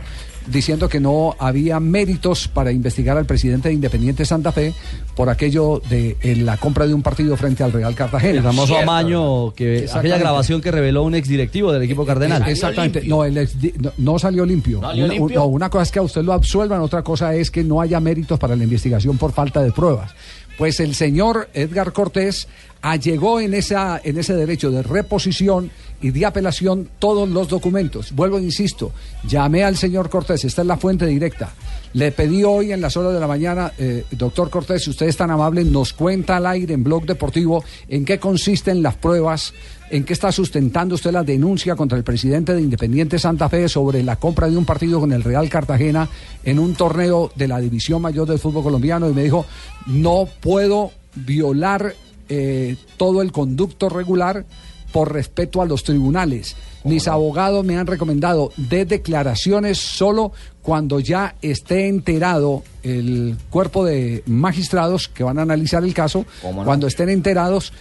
Speaker 7: diciendo que no había méritos para investigar al presidente de Independiente Santa Fe por aquello de eh, la compra de un partido frente al Real Cartagena.
Speaker 18: El famoso amaño, que,
Speaker 7: Exactamente. Eh,
Speaker 18: aquella grabación que reveló un exdirectivo del equipo cardenal.
Speaker 7: Exactamente. No, el ex- di- no, no salió limpio.
Speaker 18: ¿Salió
Speaker 7: Una-
Speaker 18: limpio?
Speaker 7: no, una cosa es que a usted lo absuelvan, otra cosa es que no haya méritos para la investigación por falta de pruebas. Pues el señor Edgar Cortés allegó en, esa, en ese derecho de reposición y de apelación todos los documentos. Vuelvo, e insisto, llamé al señor Cortés, esta es la fuente directa. Le pedí hoy en las horas de la mañana, eh, doctor Cortés, si usted es tan amable, nos cuenta al aire en Blog Deportivo en qué consisten las pruebas, en qué está sustentando usted la denuncia contra el presidente de Independiente Santa Fe sobre la compra de un partido con el Real Cartagena en un torneo de la División Mayor del Fútbol Colombiano. Y me dijo, no puedo violar eh, todo el conducto regular por respeto a los tribunales. Mis abogados me han recomendado de declaraciones solo cuando ya esté enterado el cuerpo de magistrados que van a analizar el caso. Cuando estén enterados,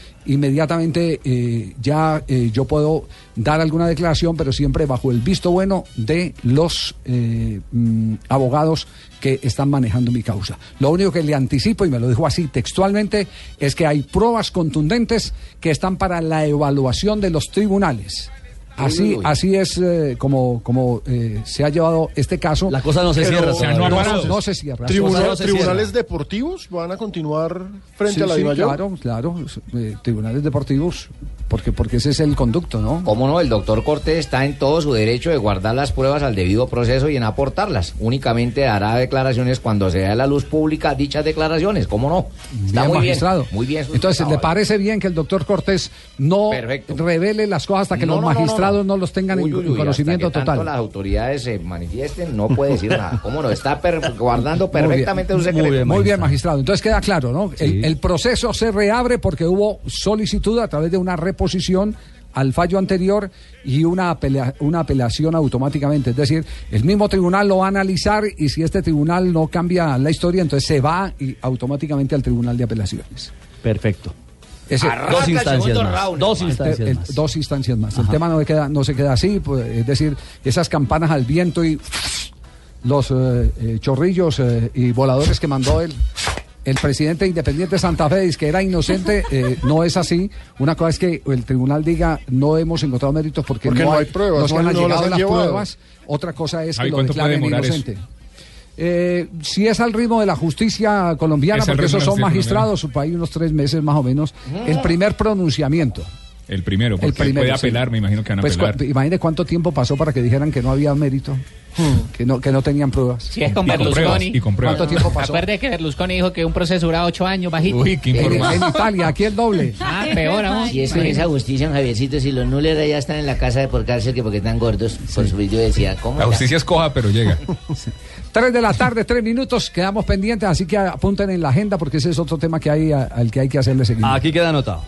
Speaker 7: inmediatamente eh, ya eh, yo puedo dar alguna declaración, pero siempre bajo el visto bueno de los eh, mm, abogados que están manejando mi causa. Lo único que le anticipo, y me lo dijo así textualmente, es que hay pruebas contundentes que están para la evaluación de los tribunales. Así,
Speaker 18: Uy, uy.
Speaker 7: así es eh, como, como eh, se ha llevado este caso. La
Speaker 18: cosa no se Pero, cierra, o sea, no ha parado.
Speaker 7: No se cierra.
Speaker 13: Tribunal-
Speaker 7: Las cosas no se
Speaker 13: tribunales
Speaker 7: cierran.
Speaker 13: deportivos van a continuar frente
Speaker 7: Sí,
Speaker 13: a la
Speaker 7: sí,
Speaker 13: Dimayor.
Speaker 7: Claro, claro. eh, tribunales deportivos. Porque, porque ese es el conducto, ¿no?
Speaker 9: ¿Cómo no? El doctor Cortés está en todo su derecho de guardar las pruebas al debido proceso y en aportarlas. Únicamente hará declaraciones cuando se dé a la luz pública dichas declaraciones. ¿Cómo no? Está
Speaker 7: Bien,
Speaker 9: muy
Speaker 7: magistrado.
Speaker 9: bien. Muy bien.
Speaker 7: Entonces, ¿le parece bien que el doctor Cortés no
Speaker 9: Perfecto.
Speaker 7: revele las cosas hasta que
Speaker 9: No,
Speaker 7: los
Speaker 9: no, no, no,
Speaker 7: magistrados no,
Speaker 9: no.
Speaker 7: los tengan en-
Speaker 9: Uy, uy,
Speaker 7: en
Speaker 9: uy,
Speaker 7: conocimiento
Speaker 9: hasta que tanto
Speaker 7: total?
Speaker 9: las autoridades se manifiesten, no puede decir nada. ¿Cómo no? Está per- guardando
Speaker 7: Muy bien,
Speaker 9: perfectamente un secreto.
Speaker 7: Muy bien, muy bien, magistrado. Entonces queda claro, ¿no? El, el proceso se reabre porque hubo solicitud a través de una reposición al fallo anterior y una, apela- una apelación automáticamente. Es decir, el mismo tribunal lo va a analizar y si este tribunal no cambia la historia, entonces se va y automáticamente al tribunal de apelaciones.
Speaker 18: Perfecto.
Speaker 7: Ese-
Speaker 9: Arranca Dos el instancias segundo más, round, dos
Speaker 7: El-
Speaker 9: instancias
Speaker 7: el-
Speaker 9: más.
Speaker 7: Eh, dos instancias más. El
Speaker 9: Ajá.
Speaker 7: tema no, se queda, no se queda así, pues, es decir, esas campanas al viento y los eh, eh, chorrillos eh, y voladores que mandó el, el presidente independiente de Santa Fe, dice que era inocente, eh, no es así. Una cosa es que el tribunal diga no hemos encontrado méritos porque,
Speaker 13: Porque no hay pruebas,
Speaker 7: no se
Speaker 13: no
Speaker 7: han
Speaker 13: hay- no
Speaker 7: llegado
Speaker 13: las han
Speaker 7: las
Speaker 13: llevado.
Speaker 7: pruebas. Otra cosa es que
Speaker 13: Javi,
Speaker 7: lo
Speaker 13: ¿cuánto puede
Speaker 7: declaren
Speaker 13: demorar eso?
Speaker 7: inocente. Eh, si es al ritmo de la justicia colombiana,
Speaker 13: Es al
Speaker 7: porque
Speaker 13: ritmo
Speaker 7: esos
Speaker 13: de la
Speaker 7: son
Speaker 13: justicia
Speaker 7: magistrados, hay unos tres meses más o menos, el primer pronunciamiento.
Speaker 8: El primero, porque
Speaker 7: El primero,
Speaker 8: puede
Speaker 7: sí.
Speaker 8: apelar, me imagino que van a
Speaker 7: Pues,
Speaker 8: apelar.
Speaker 7: cua- imagine cuánto tiempo pasó para que dijeran que no había mérito, que no, que no tenían pruebas.
Speaker 16: Si Hmm. es con Berlusconi.
Speaker 7: ¿Cuánto tiempo pasó?
Speaker 16: Acuerde que Berlusconi dijo que un proceso duraba ocho años bajito.
Speaker 7: En- en Italia, aquí el doble.
Speaker 16: Ah, peor aún.
Speaker 22: Si es con esa justicia, Javiercito, si los Nuller ya están en la casa de por cárcel que porque están gordos, por su yo decía, ¿cómo?
Speaker 8: La justicia es coja, pero llega.
Speaker 7: 3 de la tarde, 3 minutos, quedamos pendientes, así que apunten en la agenda porque ese es otro tema que hay a- al que hay que hacerle seguimiento.
Speaker 18: Aquí queda anotado.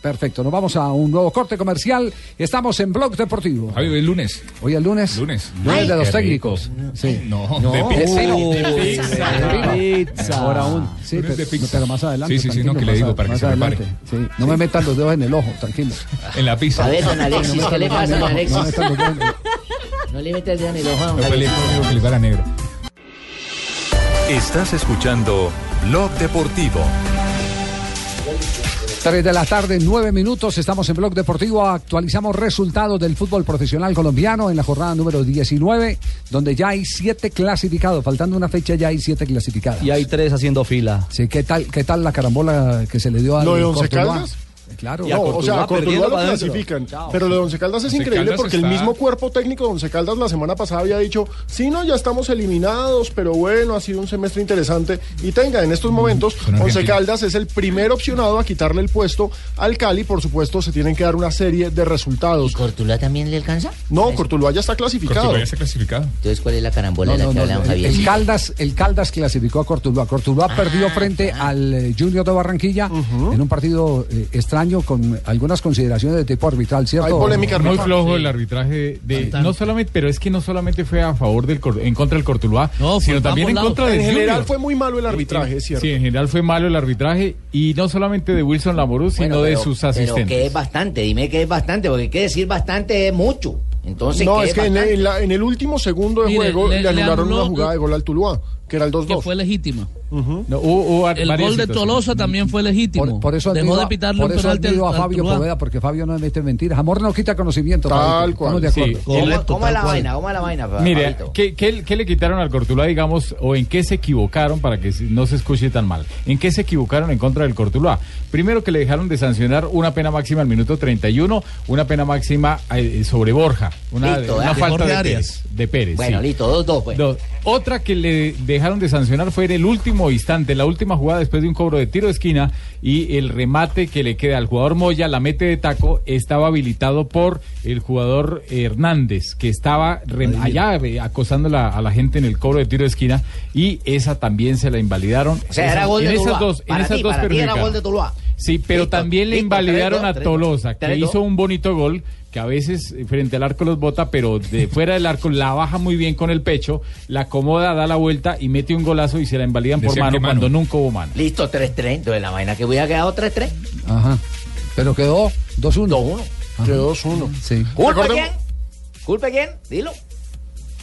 Speaker 7: Perfecto, nos vamos a un nuevo corte comercial. Estamos en Blog Deportivo.
Speaker 8: Javi, hoy es lunes.
Speaker 7: Hoy es lunes.
Speaker 8: Lunes.
Speaker 7: Lunes de los técnicos. Sí.
Speaker 8: No,
Speaker 7: No.
Speaker 8: de
Speaker 7: Uh,
Speaker 8: pizza.
Speaker 7: de pizza.
Speaker 8: Mejor aún.
Speaker 7: Sí,
Speaker 8: Lunes
Speaker 7: pero,
Speaker 8: de pizza.
Speaker 7: pero más adelante.
Speaker 8: Sí, sí, sí, no,
Speaker 7: tranquilo,
Speaker 8: que le
Speaker 7: más
Speaker 8: digo
Speaker 7: a-
Speaker 8: para que
Speaker 7: más
Speaker 8: se prepare.
Speaker 7: adelante, sí. No me metan los dedos en el ojo, tranquilo.
Speaker 8: En la pizza.
Speaker 22: A ver, don Alexis,
Speaker 7: No,
Speaker 22: ¿qué le
Speaker 7: no,
Speaker 22: pasa,
Speaker 7: no,
Speaker 22: don Alexis?
Speaker 7: no, no, no, no,
Speaker 22: No le metas ya en el ojo a don
Speaker 8: No fue el
Speaker 22: Alexis.
Speaker 8: único que le va a la negra.
Speaker 1: Estás escuchando Blog Deportivo.
Speaker 7: 3 de la tarde, 9 minutos, estamos en Blog Deportivo, actualizamos resultados del fútbol profesional colombiano en la jornada número 19, donde ya hay 7 clasificados, faltando una fecha ya hay 7 clasificados.
Speaker 18: Y hay tres haciendo fila.
Speaker 7: Sí, ¿qué tal, qué tal la carambola que se le dio a
Speaker 13: ¿Lo de Once Caldas?
Speaker 7: Claro.
Speaker 13: No, o sea, a Cortuluá
Speaker 18: perdiendo
Speaker 13: lo
Speaker 18: para adentro.
Speaker 13: clasifican. Pero lo de Once Caldas es
Speaker 18: Once
Speaker 13: increíble
Speaker 18: Caldas
Speaker 13: porque
Speaker 18: está-
Speaker 13: el mismo cuerpo técnico de Once Caldas la semana pasada había dicho, sí, no, ya estamos eliminados, pero bueno, ha sido un semestre interesante. Y tenga, en
Speaker 7: Mm,
Speaker 13: estos momentos, Once
Speaker 8: Argentina.
Speaker 13: Caldas es el primer opcionado a quitarle el puesto al Cali. Por supuesto, se tienen que dar una serie de resultados.
Speaker 22: ¿Cortuluá también le alcanza?
Speaker 13: No, Cortuluá ya está clasificado.
Speaker 8: Cortuluá ya está clasificado.
Speaker 22: Entonces, ¿cuál es la carambola
Speaker 7: No,
Speaker 22: de la
Speaker 7: no,
Speaker 22: que
Speaker 7: no,
Speaker 22: hablan,
Speaker 7: el-
Speaker 22: Javier? Ah,
Speaker 7: el, Caldas, el Caldas clasificó a Cortuluá. Cortuluá perdió frente al eh, Junior de Barranquilla en un partido eh, extraño con algunas consideraciones de tipo arbitral, ¿cierto?
Speaker 4: Muy flojo el arbitraje de no solamente, pero es que no solamente fue a favor del Cor- en contra del Cortuluá, sino también en contra del
Speaker 13: En general
Speaker 4: Junior.
Speaker 13: fue muy malo el arbitraje, es cierto.
Speaker 4: Sí, en general fue malo el arbitraje y no solamente de Wilson Lamoru, sino
Speaker 22: Bueno,
Speaker 4: de
Speaker 22: pero-
Speaker 4: sus
Speaker 22: Pero que
Speaker 4: asistentes.
Speaker 22: es bastante, dime que es bastante, porque que decir bastante es mucho. Entonces,
Speaker 13: no,
Speaker 22: ¿qué
Speaker 13: es que en
Speaker 22: bastante?
Speaker 13: el, la- en el último segundo de
Speaker 22: Mire,
Speaker 13: juego
Speaker 22: le-
Speaker 13: le,
Speaker 22: le
Speaker 13: anularon
Speaker 22: anuló-
Speaker 13: una jugada de gol al Tuluá, que era el 2-2.
Speaker 6: fue legítima.
Speaker 4: No, hubo- hubo
Speaker 6: El
Speaker 4: varias
Speaker 6: gol de
Speaker 4: situaciones.
Speaker 6: Tolosa también fue legítimo.
Speaker 7: Por, por eso
Speaker 6: Dejó
Speaker 7: admiro
Speaker 6: de
Speaker 7: a-
Speaker 6: pitarle
Speaker 7: por
Speaker 6: un
Speaker 7: eso
Speaker 6: penalti al-
Speaker 7: admiro a
Speaker 6: al
Speaker 7: Fabio
Speaker 6: Tuluá.
Speaker 7: Poveda, porque Fabio no mete mentiras. Amor no quita conocimiento.
Speaker 4: Tal
Speaker 7: Fabio, estamos
Speaker 4: cual,
Speaker 7: de acuerdo.
Speaker 4: sí. ¿Cómo- cómo es la vaina?
Speaker 22: ¿Cómo es la vaina?
Speaker 4: Mire, ¿qué, qué, qué le quitaron al Cortuluá, digamos, o en qué se equivocaron para que no se escuche tan mal? ¿En qué se equivocaron en contra del Cortuluá? Primero que le dejaron de sancionar una pena máxima al minuto 31, una pena máxima eh, sobre Borja, una,
Speaker 22: Listo,
Speaker 4: una
Speaker 22: ah, de
Speaker 4: falta
Speaker 22: Jorge
Speaker 4: de
Speaker 22: Arias.
Speaker 4: Pérez. de Pérez,
Speaker 22: Bueno,
Speaker 4: sí.
Speaker 22: listo, dos, dos, pues.
Speaker 4: Dos. Otra que le dejaron de sancionar fue en el último instante, en la última jugada después de un cobro de tiro de esquina y el remate que le queda al jugador Moya, la mete de taco, estaba habilitado por el jugador Hernández, que estaba rem- allá eh, acosando la- a la gente en el cobro de tiro de esquina y esa también se la invalidaron.
Speaker 22: O sea,
Speaker 4: Esa-
Speaker 22: era gol
Speaker 4: en
Speaker 22: de
Speaker 4: esas
Speaker 22: Tuluá.
Speaker 4: dos, en
Speaker 22: Para
Speaker 4: esas
Speaker 22: ti,
Speaker 4: dos
Speaker 22: para ti era
Speaker 4: perjudicaron.
Speaker 22: gol de Tuluá.
Speaker 4: Sí, pero
Speaker 22: Listo,
Speaker 4: también le
Speaker 22: listo,
Speaker 4: invalidaron
Speaker 22: tres,
Speaker 4: a
Speaker 22: dos,
Speaker 4: Tolosa, que
Speaker 22: tres, dos.
Speaker 4: hizo un bonito gol, que a veces eh, frente al arco los bota, pero de fuera del arco la baja muy bien con el pecho, la acomoda, da la vuelta y mete un golazo y se la invalidan por
Speaker 22: Decían
Speaker 4: mano,
Speaker 22: que mano.
Speaker 4: cuando nunca hubo mano.
Speaker 22: Listo, 3-3. Entonces, la vaina que hubiera quedado 3-3.
Speaker 7: Ajá. Pero quedó 2-1. 2-1.
Speaker 13: Quedó 2-1.
Speaker 7: Sí.
Speaker 22: ¿Culpa quién? ¿Culpa quién? Dilo.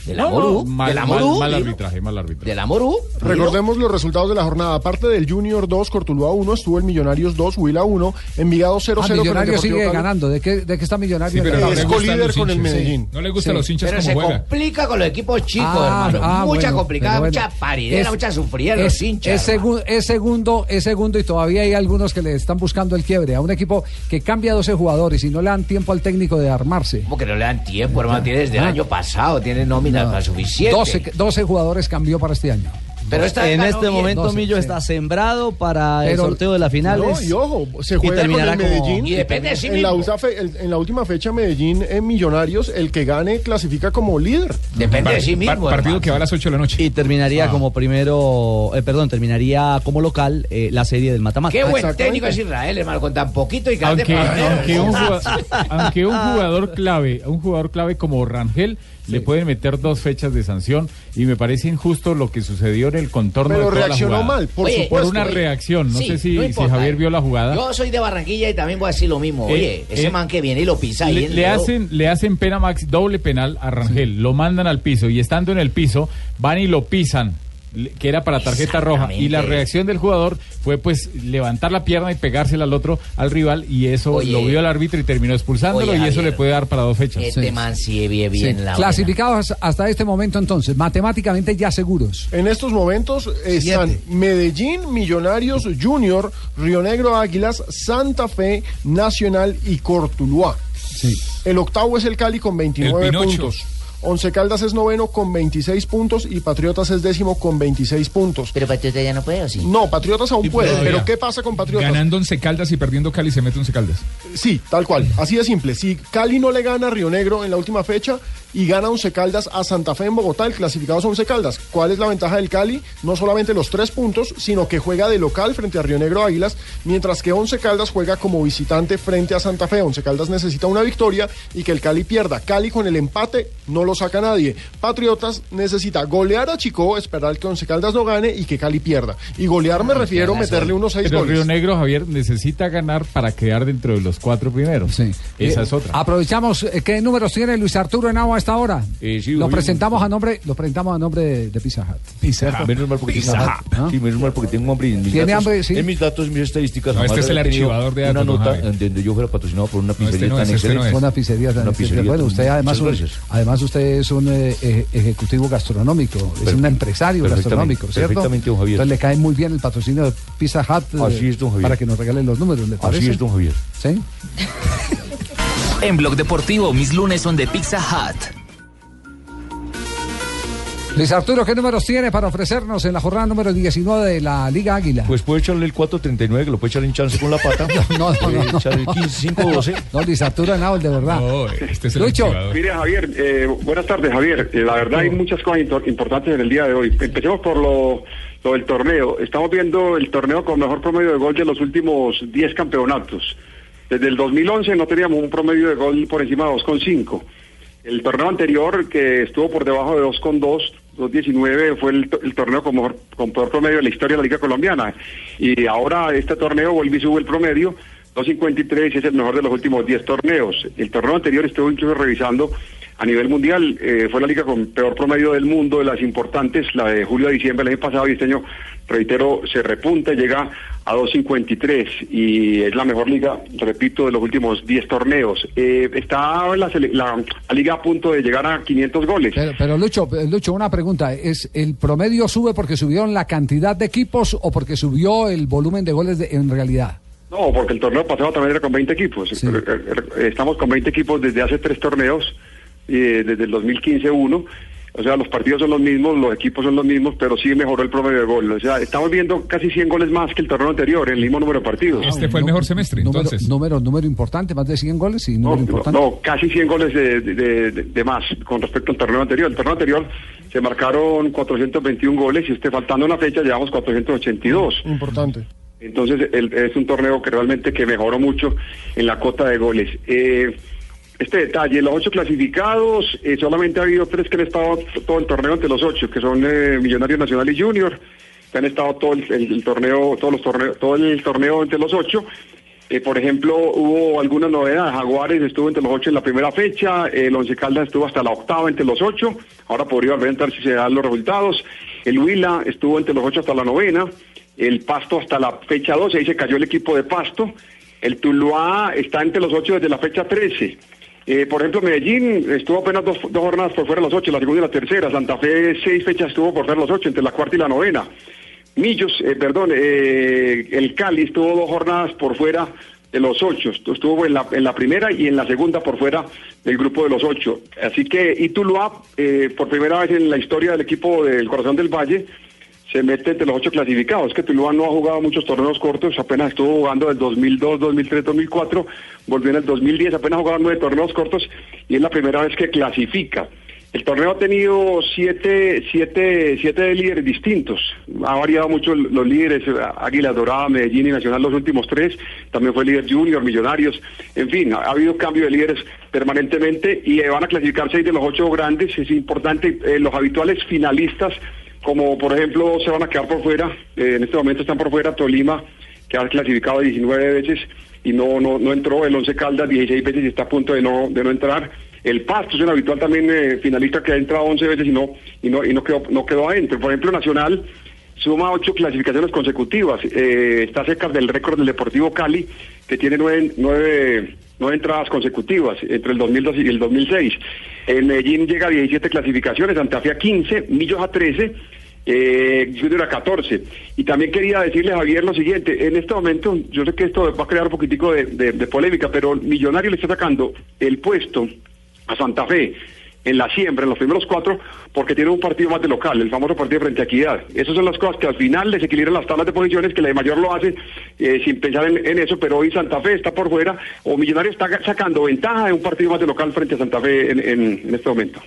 Speaker 22: Del amor
Speaker 13: No, no,
Speaker 22: hubo,
Speaker 4: Mal,
Speaker 22: del amor
Speaker 4: mal-
Speaker 22: hubo,
Speaker 4: mal
Speaker 22: dilo.
Speaker 4: arbitraje, mal arbitraje.
Speaker 22: Del amor hubo, dilo.
Speaker 13: Recordemos los resultados de la jornada. Aparte del Junior 2, Cortuluá 1, estuvo el Millonarios 2, Huila 1, Envigado 0-0
Speaker 7: Ah,
Speaker 13: con el
Speaker 7: Millonario
Speaker 13: Deportivo
Speaker 7: sigue
Speaker 13: Cali.
Speaker 7: ganando. ¿De qué, de qué está Millonario?
Speaker 13: Sí, pero no le Es gustan colíder los con el hinchas. Medellín.
Speaker 8: No le gustan los hinchas
Speaker 22: Pero
Speaker 8: como
Speaker 22: se
Speaker 8: juega.
Speaker 22: complica con los equipos chicos,
Speaker 7: Ah,
Speaker 22: hermano.
Speaker 7: ah,
Speaker 22: mucha
Speaker 7: bueno,
Speaker 22: complicada,
Speaker 7: pero bueno.
Speaker 22: mucha paridera,
Speaker 7: Es-
Speaker 22: mucha sufrida
Speaker 7: es-
Speaker 22: los hinchas.
Speaker 7: Es, segun- es segundo, es segundo y todavía hay algunos que le están buscando el quiebre a un equipo que cambia 12 jugadores y no le dan tiempo al técnico de armarse.
Speaker 22: Como que no le dan tiempo, hermano. Tiene desde el
Speaker 7: Ah.
Speaker 22: año pasado, tiene nómina para suficiente.
Speaker 7: 12, 12 jugadores cambió para este año.
Speaker 22: Pero esta
Speaker 18: en
Speaker 22: ganó
Speaker 18: este
Speaker 22: bien.
Speaker 18: momento
Speaker 22: No sé,
Speaker 18: Millo
Speaker 22: sí.
Speaker 18: está sembrado para el
Speaker 13: Pero-
Speaker 18: sorteo de las finales.
Speaker 13: No, y ojo, se juega con el Medellín. en, la última fe- el- en la última fecha, Medellín en Millonarios, el que gane clasifica como líder.
Speaker 22: Par- sí mismo, par- partido hermano.
Speaker 13: que va a las 8 de la noche.
Speaker 18: Y
Speaker 7: Ah.
Speaker 18: terminaría como primero, eh, perdón, terminaría como local eh, la serie del Matamata.
Speaker 22: Qué buen técnico es Israel, hermano, con tan poquito y grande
Speaker 18: Aunque-
Speaker 22: palmero.
Speaker 4: Aunque un, jugador, aunque un jugador clave, un jugador clave como Rangel, le pueden meter dos fechas de sanción y me parece injusto lo que sucedió en sobre el contorno
Speaker 13: Pero
Speaker 4: de toda la
Speaker 13: reaccionó
Speaker 4: jugada.
Speaker 13: mal, por
Speaker 4: Oye,
Speaker 13: supuesto.
Speaker 4: una
Speaker 13: Oye,
Speaker 4: reacción, no
Speaker 13: sí,
Speaker 4: sé si,
Speaker 13: no
Speaker 4: si
Speaker 13: importa.
Speaker 4: Javier vio la jugada.
Speaker 22: Yo soy de Barranquilla y también voy a decir lo mismo.
Speaker 4: Eh,
Speaker 22: Oye, ese
Speaker 4: eh,
Speaker 22: man que viene y lo pisa ahí
Speaker 4: Le,
Speaker 22: en
Speaker 4: le
Speaker 22: el dedo.
Speaker 4: hacen, le hacen pena max, doble penal a Rangel, lo mandan al piso y estando en el piso van y lo pisan, le- que era para tarjeta roja. Y la
Speaker 22: Exactamente.
Speaker 4: reacción del jugador fue pues levantar la pierna y pegársela al otro, al rival, y eso
Speaker 22: Oye.
Speaker 4: lo vio el árbitro y terminó expulsándolo
Speaker 22: Oye,
Speaker 4: y eso
Speaker 22: Javier,
Speaker 4: le puede dar para dos fechas.
Speaker 22: Este man sí bien, bien
Speaker 7: Sí.
Speaker 22: la
Speaker 7: Clasificados hasta este momento entonces, matemáticamente ya seguros.
Speaker 13: En estos momentos eh, están Medellín, Millonarios, Junior, Río Negro Águilas, Santa Fe, Nacional y Cortuluá. El octavo es el Cali con 29
Speaker 8: El Pinocho.
Speaker 13: puntos. Once Caldas es noveno con 26 puntos y Patriotas es décimo con 26 puntos.
Speaker 22: ¿Pero Patriotas ya no puede o sí?
Speaker 13: No, Patriotas aún
Speaker 8: Sí,
Speaker 13: puede.
Speaker 8: todavía.
Speaker 13: ¿Pero qué pasa con Patriotas?
Speaker 8: Ganando Once Caldas y perdiendo Cali se mete Once Caldas.
Speaker 13: Sí, tal cual. Así de simple. Si Cali no le gana a Río Negro en la última fecha y gana Once Caldas a Santa Fe en Bogotá, el clasificado es Once Caldas. ¿Cuál es la ventaja del Cali? No solamente los tres puntos, sino que juega de local frente a Río Negro Águilas, mientras que Once Caldas juega como visitante frente a Santa Fe. Once Caldas necesita una victoria y que el Cali pierda. Cali con el empate no lo saca nadie. Patriotas necesita golear a Chico, esperar que Once Caldas no gane y que Cali pierda. Y golear me refiero a meterle unos seis
Speaker 4: Ah, Pero
Speaker 13: goles.
Speaker 4: Río Negro, Javier, necesita ganar para quedar dentro de los cuatro primeros. Esa es otra.
Speaker 7: Aprovechamos, eh, ¿qué números tiene Luis Arturo Henao a esta hora?
Speaker 10: Eh, sí,
Speaker 7: Lo
Speaker 10: hoy-
Speaker 7: presentamos Ah, a nombre, lo presentamos a nombre de, de Pizza Hut.
Speaker 10: Pizza Hut. Menos mal porque
Speaker 7: Pizza
Speaker 10: tengo hambre. Sí, menos mal porque tengo hambre. y En mis
Speaker 7: ¿Tiene
Speaker 10: datos,
Speaker 7: hambre? Sí.
Speaker 10: En mis datos, en mis estadísticas.
Speaker 7: No,
Speaker 10: jamás
Speaker 7: este es el
Speaker 10: había tenido
Speaker 7: archivador de
Speaker 10: Una
Speaker 7: datos, don
Speaker 10: nota
Speaker 7: Javier. este
Speaker 10: en donde yo fuera patrocinado por una
Speaker 17: este
Speaker 10: pizzería tan excelente.
Speaker 7: Una pizzería tan
Speaker 10: Una
Speaker 7: excelente.
Speaker 10: pizzería
Speaker 7: Bueno,
Speaker 10: tan-
Speaker 7: usted además,
Speaker 10: Muchas
Speaker 7: un-
Speaker 10: gracias.
Speaker 7: además usted es un eh, eh, ejecutivo gastronómico, es un empresario
Speaker 10: perfectamente,
Speaker 7: gastronómico, ¿cierto?
Speaker 10: perfectamente, don Javier.
Speaker 7: Entonces le cae muy bien el patrocinio de Pizza Hut eh,
Speaker 10: Así es, don Javier.
Speaker 7: para que nos regalen los números, ¿le parece?
Speaker 10: Así es, don Javier.
Speaker 7: ¿Sí?
Speaker 23: En Blog Deportivo, mis lunes son de Pizza Hut.
Speaker 7: Luis Arturo, ¿qué números tiene para ofrecernos en la jornada número 19 de la Liga Águila?
Speaker 10: Pues puede echarle el 4.39, que lo puede echar en chance con la pata. no, no, no. Puede echar el 15, 5.12.
Speaker 7: No, Luis Arturo Henao, el de verdad.
Speaker 24: este
Speaker 13: este
Speaker 7: Lucho,
Speaker 24: Mire, Javier, eh, buenas tardes, Javier. Eh, La verdad hay muchas cosas intor- importantes en el día de hoy. Empecemos por lo, lo del torneo. Estamos viendo el torneo con mejor promedio de gol de los últimos 10 campeonatos. Desde el 2011 no teníamos un promedio de gol por encima de 2,5. El torneo anterior, que estuvo por debajo de 2,2, 2,19, fue el, to- el torneo con, mejor, con peor promedio de la historia de la Liga Colombiana. Y ahora este torneo vuelve y sube el promedio. 2.53 y es el mejor de los últimos 10 torneos. El torneo anterior estuve incluso revisando a nivel mundial, eh, fue la liga con peor promedio del mundo, de las importantes, la de julio a diciembre del año pasado y este año, reitero, se repunta, y llega a 2.53 y es la mejor liga, repito, de los últimos 10 torneos. Eh, está la, sele- la- la liga a punto de llegar a 500 goles.
Speaker 7: pero, pero Lucho, eh, Lucho, una pregunta. ¿Es ¿El promedio sube porque subieron la cantidad de equipos o porque subió el volumen de goles de- en realidad?
Speaker 24: No, porque el torneo pasado también era con 20 equipos. Eh, eh, Estamos con 20 equipos desde hace tres torneos, eh, desde el 2015 uno. O sea, los partidos son los mismos, los equipos son los mismos, pero sí mejoró el promedio de gol. O sea, estamos viendo casi 100 goles más que el torneo anterior, el mismo número de partidos.
Speaker 8: Este fue el mejor semestre,
Speaker 7: Ah, Número,
Speaker 8: entonces.
Speaker 7: número, número importante, más de 100 goles y número
Speaker 24: No,
Speaker 7: importante.
Speaker 24: no, casi 100 goles de, de- de- de más con respecto al torneo anterior. El torneo anterior se marcaron 421 goles y usted faltando una fecha llevamos 482.
Speaker 13: Importante.
Speaker 24: Entonces el- es un torneo que realmente que mejoró mucho en la cota de goles. Eh, este detalle, los ocho clasificados, eh, solamente ha habido tres que han estado t- todo el torneo entre los ocho, que son eh, Millonarios Nacional y Junior, que han estado todo el, el- el torneo, todos los torneos, todo el torneo entre los ocho. Eh, por ejemplo, hubo algunas novedades. Jaguares estuvo entre los ocho en la primera fecha, el Once Caldas estuvo hasta la octava entre los ocho, ahora podría volver a entrar si se dan los resultados. El Huila estuvo entre los ocho hasta la novena, el Pasto hasta la fecha 12, ahí se cayó el equipo de Pasto. El Tuluá está entre los ocho desde la fecha 13. Eh, por ejemplo, Medellín estuvo apenas dos, dos jornadas por fuera de los ocho, la segunda y la tercera. Santa Fe seis fechas estuvo por fuera de los ocho, entre la cuarta y la novena. Millos, eh, perdón, eh, el Cali estuvo dos jornadas por fuera de los ocho, Estu- estuvo en la, en la primera y en la segunda por fuera del grupo de los ocho. Así que y Tuluá, eh, por primera vez en la historia del equipo del Corazón del Valle, se mete entre los ocho clasificados. Es que Tuluá no ha jugado muchos torneos cortos, apenas estuvo jugando del 2002, 2003, 2004, volvió en el 2010, apenas ha jugado nueve torneos cortos y es la primera vez que clasifica. El torneo ha tenido siete, siete, siete líderes distintos. Ha variado mucho el- los líderes, eh, Águila Dorada, Medellín y Nacional los últimos tres. También fue líder junior, Millonarios. En fin, ha, ha habido cambio de líderes permanentemente y eh, van a clasificar seis de los ocho grandes. Es importante, eh, los habituales finalistas como por ejemplo se van a quedar por fuera, eh, en este momento están por fuera Tolima, que ha clasificado 19 veces y no, no, no entró, el Once Caldas 16 veces y está a punto de no, de no entrar. El Pasto es un habitual también eh, finalista que ha entrado 11 veces y no, y no, y no quedó, no quedó adentro. Por ejemplo, Nacional suma ocho clasificaciones consecutivas. Eh, está cerca del récord del Deportivo Cali, que tiene nueve, nueve, nueve entradas consecutivas entre el 2002 y el 2006. En Medellín llega a 17 clasificaciones, Santa Fe a 15, Millos a 13. Eh, Junior a 14. Y también quería decirle, Javier, lo siguiente. En este momento, yo sé que esto va a crear un poquitico de, de- de polémica, pero Millonario le está sacando el puesto a Santa Fe en la siembra, en los primeros cuatro, porque tiene un partido más de local, el famoso partido frente a Equidad. Esas son las cosas que al final desequilibran las tablas de posiciones, que la de mayor lo hace eh, sin pensar en, en eso, pero hoy Santa Fe está por fuera, o Millonario está ga- sacando ventaja de un partido más de local frente a Santa Fe en- en- en este momento.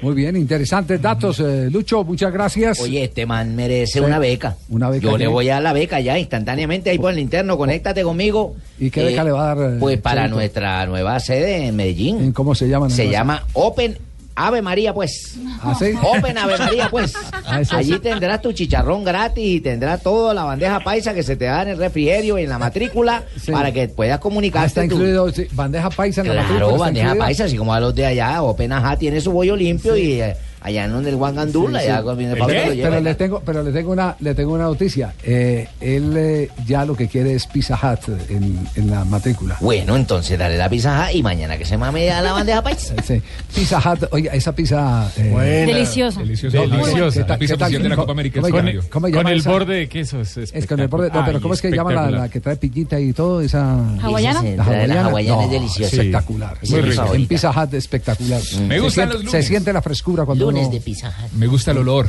Speaker 7: Muy bien, interesantes datos, eh, Lucho, muchas gracias.
Speaker 9: Oye, este man merece
Speaker 7: Sí.
Speaker 9: una beca.
Speaker 7: Una beca.
Speaker 9: Yo le
Speaker 7: ¿qué?
Speaker 9: voy a dar la beca ya instantáneamente ahí por el interno, conéctate conmigo.
Speaker 7: ¿Y qué beca
Speaker 9: Eh,
Speaker 7: le va a dar? eh,
Speaker 9: Pues para
Speaker 7: Cheito?
Speaker 9: nuestra nueva sede en Medellín.
Speaker 7: ¿Cómo se llama?
Speaker 9: Se
Speaker 7: Nueva
Speaker 9: llama Open Ave María, pues.
Speaker 7: ¿Ah, sí?
Speaker 9: Open Ave María, pues.
Speaker 7: Ah, eso
Speaker 9: Allí
Speaker 7: es.
Speaker 9: tendrás tu chicharrón gratis y tendrás toda la bandeja paisa que se te da en el refrigerio y en la matrícula para que puedas comunicarte.
Speaker 7: Ah, Está
Speaker 9: tú.
Speaker 7: incluido sí, bandeja paisa en la matrícula.
Speaker 9: Claro,
Speaker 7: está
Speaker 9: bandeja
Speaker 7: incluida.
Speaker 9: paisa, así como a los de allá, Open Ajá tiene su bollo limpio y eh, allá en donde el Guangandula,
Speaker 7: Sí, sí.
Speaker 9: allá con- viene Pablo
Speaker 8: ¿Eh?
Speaker 9: lo lleva
Speaker 7: Eh, Pero
Speaker 9: y-
Speaker 7: le tengo, pero le tengo una, le tengo una noticia. Eh, él eh, ya lo que quiere es Pizza Hut en, en la matrícula.
Speaker 9: Bueno, entonces dale la pizza Hut y mañana que se mame a la bandeja paisa.
Speaker 7: Sí. Pizza Hut, oiga, esa pizza eh,
Speaker 11: Deliciosa.
Speaker 8: Deliciosa.
Speaker 7: ¿Qué
Speaker 8: Deliciosa.
Speaker 7: tal-
Speaker 8: La pizza
Speaker 7: qué tal?
Speaker 8: oficial de la
Speaker 7: ¿Cómo-
Speaker 8: Copa América.
Speaker 7: cómo
Speaker 8: este
Speaker 7: llama-
Speaker 8: año.
Speaker 7: cómo
Speaker 4: Con
Speaker 7: llama
Speaker 4: el
Speaker 7: esa?
Speaker 4: borde de queso. Es,
Speaker 7: Es con el borde, no, pero
Speaker 4: Ay,
Speaker 7: ¿cómo es que llama la,
Speaker 4: espectacular.
Speaker 7: la que trae piñita y todo? Esa...
Speaker 11: ¿Hawaiana?
Speaker 7: Esa-
Speaker 11: La de la hawaiana
Speaker 7: No,
Speaker 11: es deliciosa.
Speaker 7: Espectacular.
Speaker 11: Sí, es mi favorita.
Speaker 7: En Pizza Hut espectacular.
Speaker 8: Me
Speaker 7: Se
Speaker 8: gustan
Speaker 7: siente-
Speaker 8: los
Speaker 7: Se
Speaker 8: lunes.
Speaker 7: siente la frescura cuando
Speaker 9: Lunes
Speaker 7: uno-
Speaker 9: de pizza Hut.
Speaker 8: Me gusta el olor.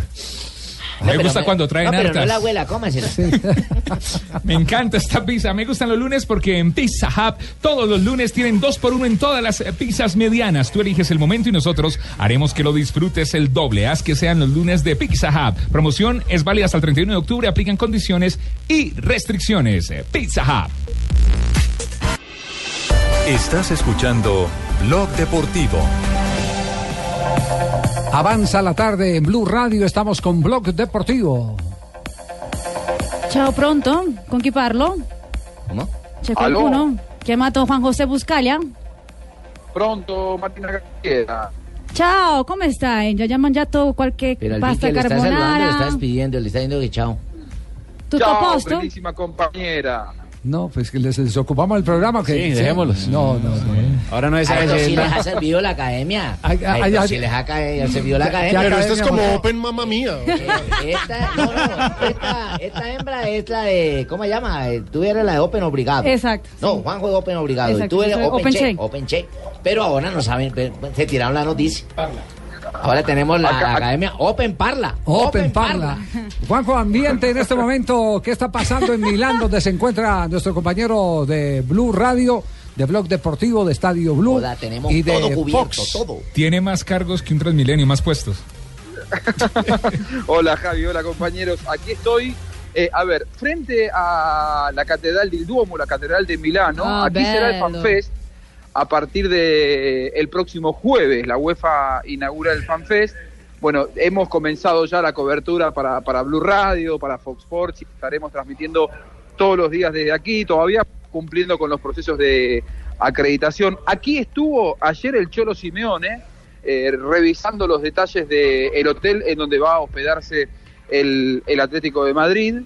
Speaker 9: No,
Speaker 8: me
Speaker 9: pero
Speaker 8: gusta cuando traen
Speaker 9: no, pero
Speaker 8: hartas.
Speaker 9: No la abuela, cómasela.
Speaker 8: Me encanta esta pizza. Me gustan los lunes porque en Pizza Hub todos los lunes tienen dos por uno en todas las eh, pizzas medianas. Tú eliges el momento y nosotros haremos que lo disfrutes el doble. Haz que sean los lunes de Pizza Hub. Promoción es válida hasta el 31 de octubre. Aplican condiciones y restricciones. Eh, Pizza Hub.
Speaker 1: Estás escuchando Blog Deportivo.
Speaker 7: Avanza la tarde en Blue Radio. Estamos con Blog Deportivo.
Speaker 11: Chao pronto, con chi parlo?
Speaker 9: ¿Cómo?
Speaker 11: C'è
Speaker 25: Aló?
Speaker 11: qualcuno? Chiamato Juan José Buscaglia?
Speaker 25: Pronto, Martina García.
Speaker 11: Ciao, come stai? Già già mangiato qualche
Speaker 9: Pero al
Speaker 11: pasta
Speaker 9: Vicky le estás saludando, le estás
Speaker 11: carbonara?
Speaker 9: pidiendo, le estás diciendo que chao.
Speaker 11: Tutto a
Speaker 25: Chao,
Speaker 11: posto?
Speaker 25: bellísima compañera.
Speaker 7: No, pues que les desocupamos el programa. ¿o qué?
Speaker 25: Sí, dejémoslos.
Speaker 7: No, no, no.
Speaker 26: Ahora no
Speaker 9: A
Speaker 26: es
Speaker 9: estos sí les
Speaker 26: galleta.
Speaker 9: ha servido la academia. A
Speaker 7: Ay, ay,
Speaker 9: estos
Speaker 7: ay,
Speaker 9: sí
Speaker 7: ay.
Speaker 9: les ha ca- servido la
Speaker 7: ¿Qué- qué
Speaker 9: academia.
Speaker 7: Pero esto es academia, como Juan?
Speaker 9: Open Mamma Mía. Esta, no, no, esta, esta hembra es la de, ¿cómo se llama? Eh, Tú eres la de Open Obligado.
Speaker 11: Exacto.
Speaker 9: No, Juanjo es Open Obligado. y
Speaker 11: Exacto,
Speaker 9: tú eres
Speaker 11: yo soy
Speaker 9: Open,
Speaker 11: Open
Speaker 9: Check,
Speaker 11: Check.
Speaker 9: Open Check. Pero ahora no saben, pe- pe- se tiraron la noticia. Ahora tenemos la, la academia Open Parla.
Speaker 7: Open Parla. Juanjo, ambiente en este momento, ¿qué está pasando en Milán, donde se encuentra nuestro compañero de Blue Radio, de Blog Deportivo, de Estadio Blue
Speaker 9: tenemos
Speaker 7: y de
Speaker 9: todo cubierto,
Speaker 7: Fox?
Speaker 9: todo.
Speaker 8: Tiene más cargos que un Transmilenio, más puestos.
Speaker 25: Hola Javi, hola compañeros, aquí estoy. Eh, a ver, frente a la Catedral del Duomo, la Catedral de Milano,
Speaker 27: Ah,
Speaker 25: aquí será el
Speaker 27: bello.
Speaker 25: FanFest a partir de eh, el próximo jueves. La UEFA inaugura el FanFest. Bueno, hemos comenzado ya la cobertura para, para Blue Radio, para Fox Sports, y estaremos transmitiendo todos los días desde aquí, todavía cumpliendo con los procesos de acreditación. Aquí estuvo ayer el Cholo Simeone, eh, revisando los detalles del hotel en donde va a hospedarse el, el Atlético de Madrid.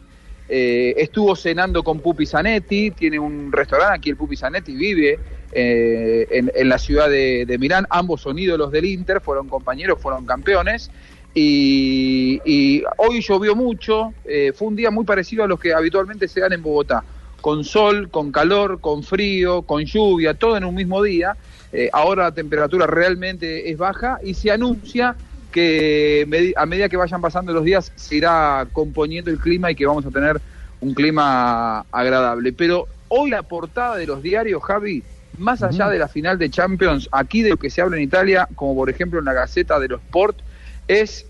Speaker 25: Eh, estuvo cenando con Pupi Zanetti, tiene un restaurante aquí, el Pupi Zanetti vive eh, en, en la ciudad de, de Milán, ambos son ídolos del Inter, fueron compañeros, fueron campeones. Y, y hoy llovió mucho, eh, fue un día muy parecido a los que habitualmente se dan en Bogotá, con sol, con calor, con frío, con lluvia, todo en un mismo día. Eh, ahora la temperatura realmente es baja y se anuncia que medi- a medida que vayan pasando los días se irá componiendo el clima y que vamos a tener un clima agradable. Pero hoy la portada de los diarios, Javi, más allá de la final de Champions, aquí de lo que se habla en Italia, como por ejemplo en la Gaceta de los Sport, es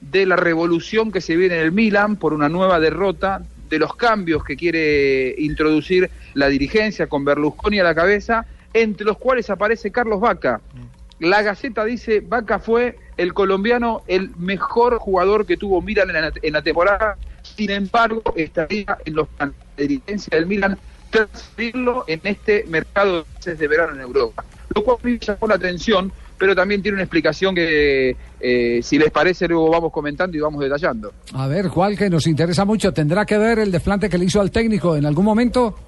Speaker 25: de la revolución que se viene en el Milan por una nueva derrota, de los cambios que quiere introducir la dirigencia con Berlusconi a la cabeza, entre los cuales aparece Carlos Vaca, La Gaceta dice, Vaca fue el colombiano el mejor jugador que tuvo Milan en la, en la temporada. Sin embargo, estaría en los planes de dirigencia del Milan transferirlo en este mercado de pases de verano en Europa. Lo cual me llamó la atención, pero también tiene una explicación que, eh, si les parece, luego vamos comentando y vamos detallando.
Speaker 7: A ver, ¿cuál que nos interesa mucho? ¿Tendrá que ver el desplante que le hizo al técnico en algún momento?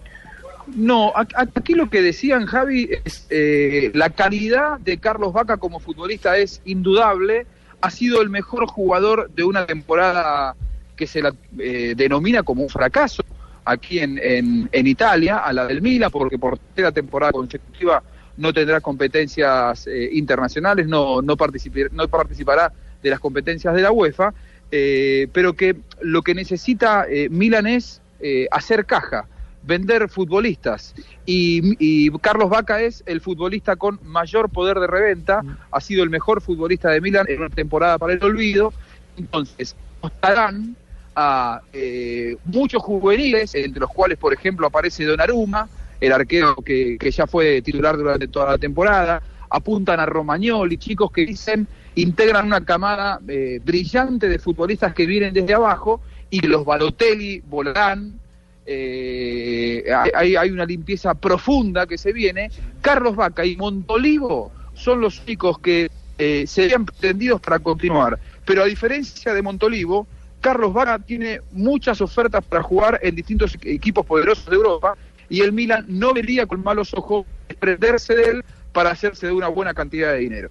Speaker 25: No, a- a- aquí lo que decían Javi es eh, la calidad de Carlos Vaca como futbolista es indudable. Ha sido el mejor jugador de una temporada que se la eh, denomina como un fracaso aquí en, en- en Italia, a la del Milan, porque por tercera temporada consecutiva no tendrá competencias eh, internacionales, no, no, participi- no participará de las competencias de la UEFA, eh, pero que lo que necesita eh, Milan es eh, hacer caja, vender futbolistas. Y, y Carlos Vaca es el futbolista con mayor poder de reventa, ha sido el mejor futbolista de Milan en una temporada para el olvido. Entonces, estarán a eh, muchos juveniles, entre los cuales, por ejemplo, aparece Donnarumma, el arquero que, que ya fue titular durante toda la temporada, apuntan a Romagnoli, chicos que dicen, integran una camada eh, brillante de futbolistas que vienen desde abajo, y los Balotelli, Volán, eh, hay, hay una limpieza profunda que se viene. Carlos Vaca y Montolivo son los únicos que eh, serían pretendidos para continuar. Pero a diferencia de Montolivo, Carlos Vaca tiene muchas ofertas para jugar en distintos equ- equipos poderosos de Europa y el Milan no vería con malos ojos desprenderse de él para hacerse de una buena cantidad de dinero.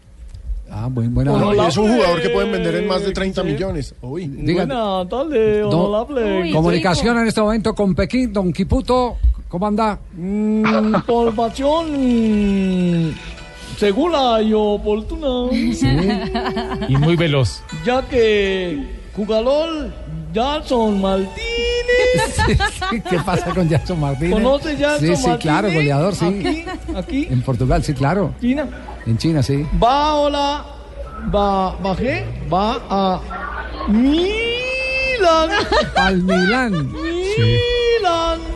Speaker 7: Ah, buen, buena.
Speaker 13: No, y es un jugador que pueden vender en más de 30 millones. Uy.
Speaker 7: Digan.
Speaker 13: Buena tarde,
Speaker 7: Don- comunicación en este momento con Pekín, Don Quiputo, ¿cómo anda?
Speaker 6: Mm, Información mm, segura y oportuna.
Speaker 4: Y muy veloz.
Speaker 6: Ya que jugador Jason Martínez.
Speaker 7: ¿Qué pasa con Jason Martínez?
Speaker 6: ¿Conoce Jason
Speaker 7: Sí, sí,
Speaker 6: Martínez?
Speaker 7: claro, goleador, sí.
Speaker 6: Aquí, aquí,
Speaker 7: En Portugal, sí, claro.
Speaker 6: China.
Speaker 7: En China, sí.
Speaker 6: Va ahora, va, bajé, va a Milan.
Speaker 7: Al Milán.
Speaker 6: Milan.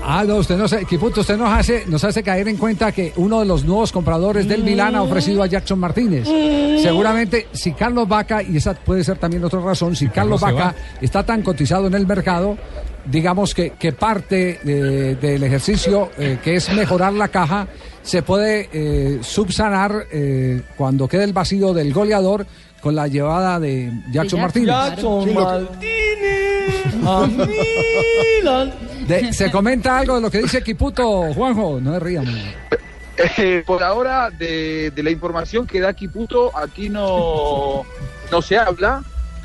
Speaker 7: Ah, no, usted no sé, Quiputo, usted nos hace, nos hace caer en cuenta que uno de los nuevos compradores del Milán ha ofrecido a Jackson Martínez. Mm. Seguramente, si Carlos Vaca, y esa puede ser también otra razón, si Carlos
Speaker 4: Carlos se
Speaker 7: Vaca está tan cotizado en el mercado, digamos que, que parte eh, del ejercicio eh, que es mejorar la caja, se puede eh, subsanar eh, cuando quede el vacío del goleador con la llevada de Jackson Martínez.
Speaker 6: Jackson Martínez. Ah, A Milan.
Speaker 7: Ah. De- se comenta algo de lo que dice Quiputo, Juanjo, no me rían.
Speaker 25: Eh, por ahora, de, de la información que da Kiputo, aquí no, no se habla.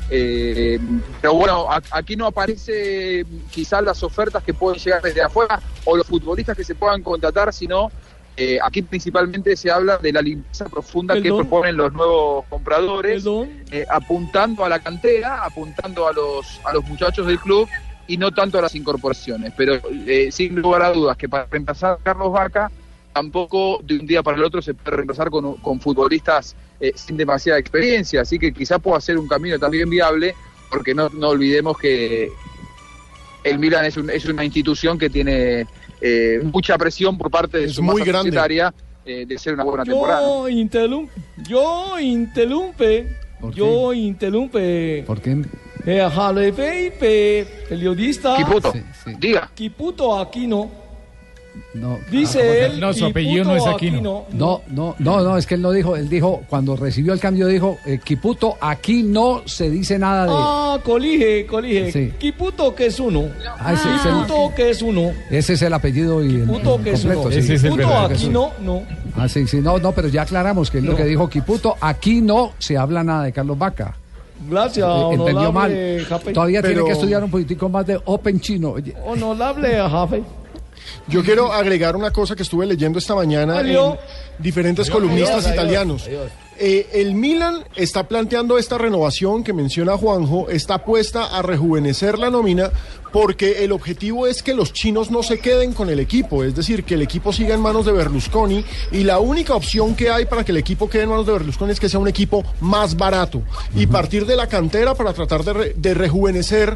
Speaker 25: Eh, pero bueno, a- aquí no aparece quizás las ofertas que pueden llegar desde afuera o los futbolistas que se puedan contratar, sino eh, aquí principalmente se habla de la limpieza profunda que
Speaker 6: Perdón.
Speaker 25: proponen los nuevos compradores, eh, apuntando a la cantera, apuntando a los, a los muchachos del club y no tanto a las incorporaciones. Pero eh, sin lugar a dudas que para reemplazar a Carlos Vaca tampoco de un día para el otro se puede reemplazar con, con futbolistas eh, sin demasiada experiencia, así que quizá pueda ser un camino también viable, porque no, no olvidemos que el Milan es, un- es una institución que tiene eh, mucha presión por parte de su
Speaker 13: muy
Speaker 25: masa
Speaker 13: grande.
Speaker 25: societaria, eh, de ser una buena temporada.
Speaker 6: Yo interrumpe. Yo interrumpe. Yo interrumpe.
Speaker 7: ¿Por qué?
Speaker 6: Eh, Jale Felipe, periodista.
Speaker 25: Quiputo, diga.
Speaker 6: Quiputo Aquino.
Speaker 7: No, ah,
Speaker 6: Dice él. Quiputo
Speaker 7: No, no, no, no, es que él no dijo, él dijo, cuando recibió el cambio dijo, eh, Quiputo, aquí no se dice nada de...
Speaker 6: Ah, colige, colige.
Speaker 7: Sí.
Speaker 6: Quiputo que es uno.
Speaker 7: Ah, ese es el-
Speaker 6: Quiputo que es uno.
Speaker 7: Ese es el apellido y el,
Speaker 6: Quiputo
Speaker 7: el
Speaker 6: que es uno.
Speaker 7: completo, sí.
Speaker 6: Quiputo Aquino, no.
Speaker 7: Ah, sí, sí, no, no, pero ya aclaramos que es lo
Speaker 6: No.
Speaker 7: que dijo Quiputo, aquí no se habla nada de Carlos Vaca.
Speaker 6: Gracias,
Speaker 7: Eh, Entendió mal.
Speaker 6: honorable Jape.
Speaker 7: Todavía tiene que estudiar un poquitico más de Open Chino. Oye,
Speaker 6: Honorable Jafe.
Speaker 13: Yo quiero agregar una cosa que estuve leyendo esta mañana
Speaker 6: Adiós.
Speaker 13: en diferentes columnistas
Speaker 6: Adiós, adiós,
Speaker 13: italianos.
Speaker 6: adiós.
Speaker 13: Eh, el Milan está planteando esta renovación que menciona Juanjo, está apuesta a rejuvenecer la nómina porque el objetivo es que los chinos no se queden con el equipo, es decir, que el equipo siga en manos de Berlusconi y la única opción que hay para que el equipo quede en manos de Berlusconi es que sea un equipo más barato y partir de la cantera para tratar de, re- de rejuvenecer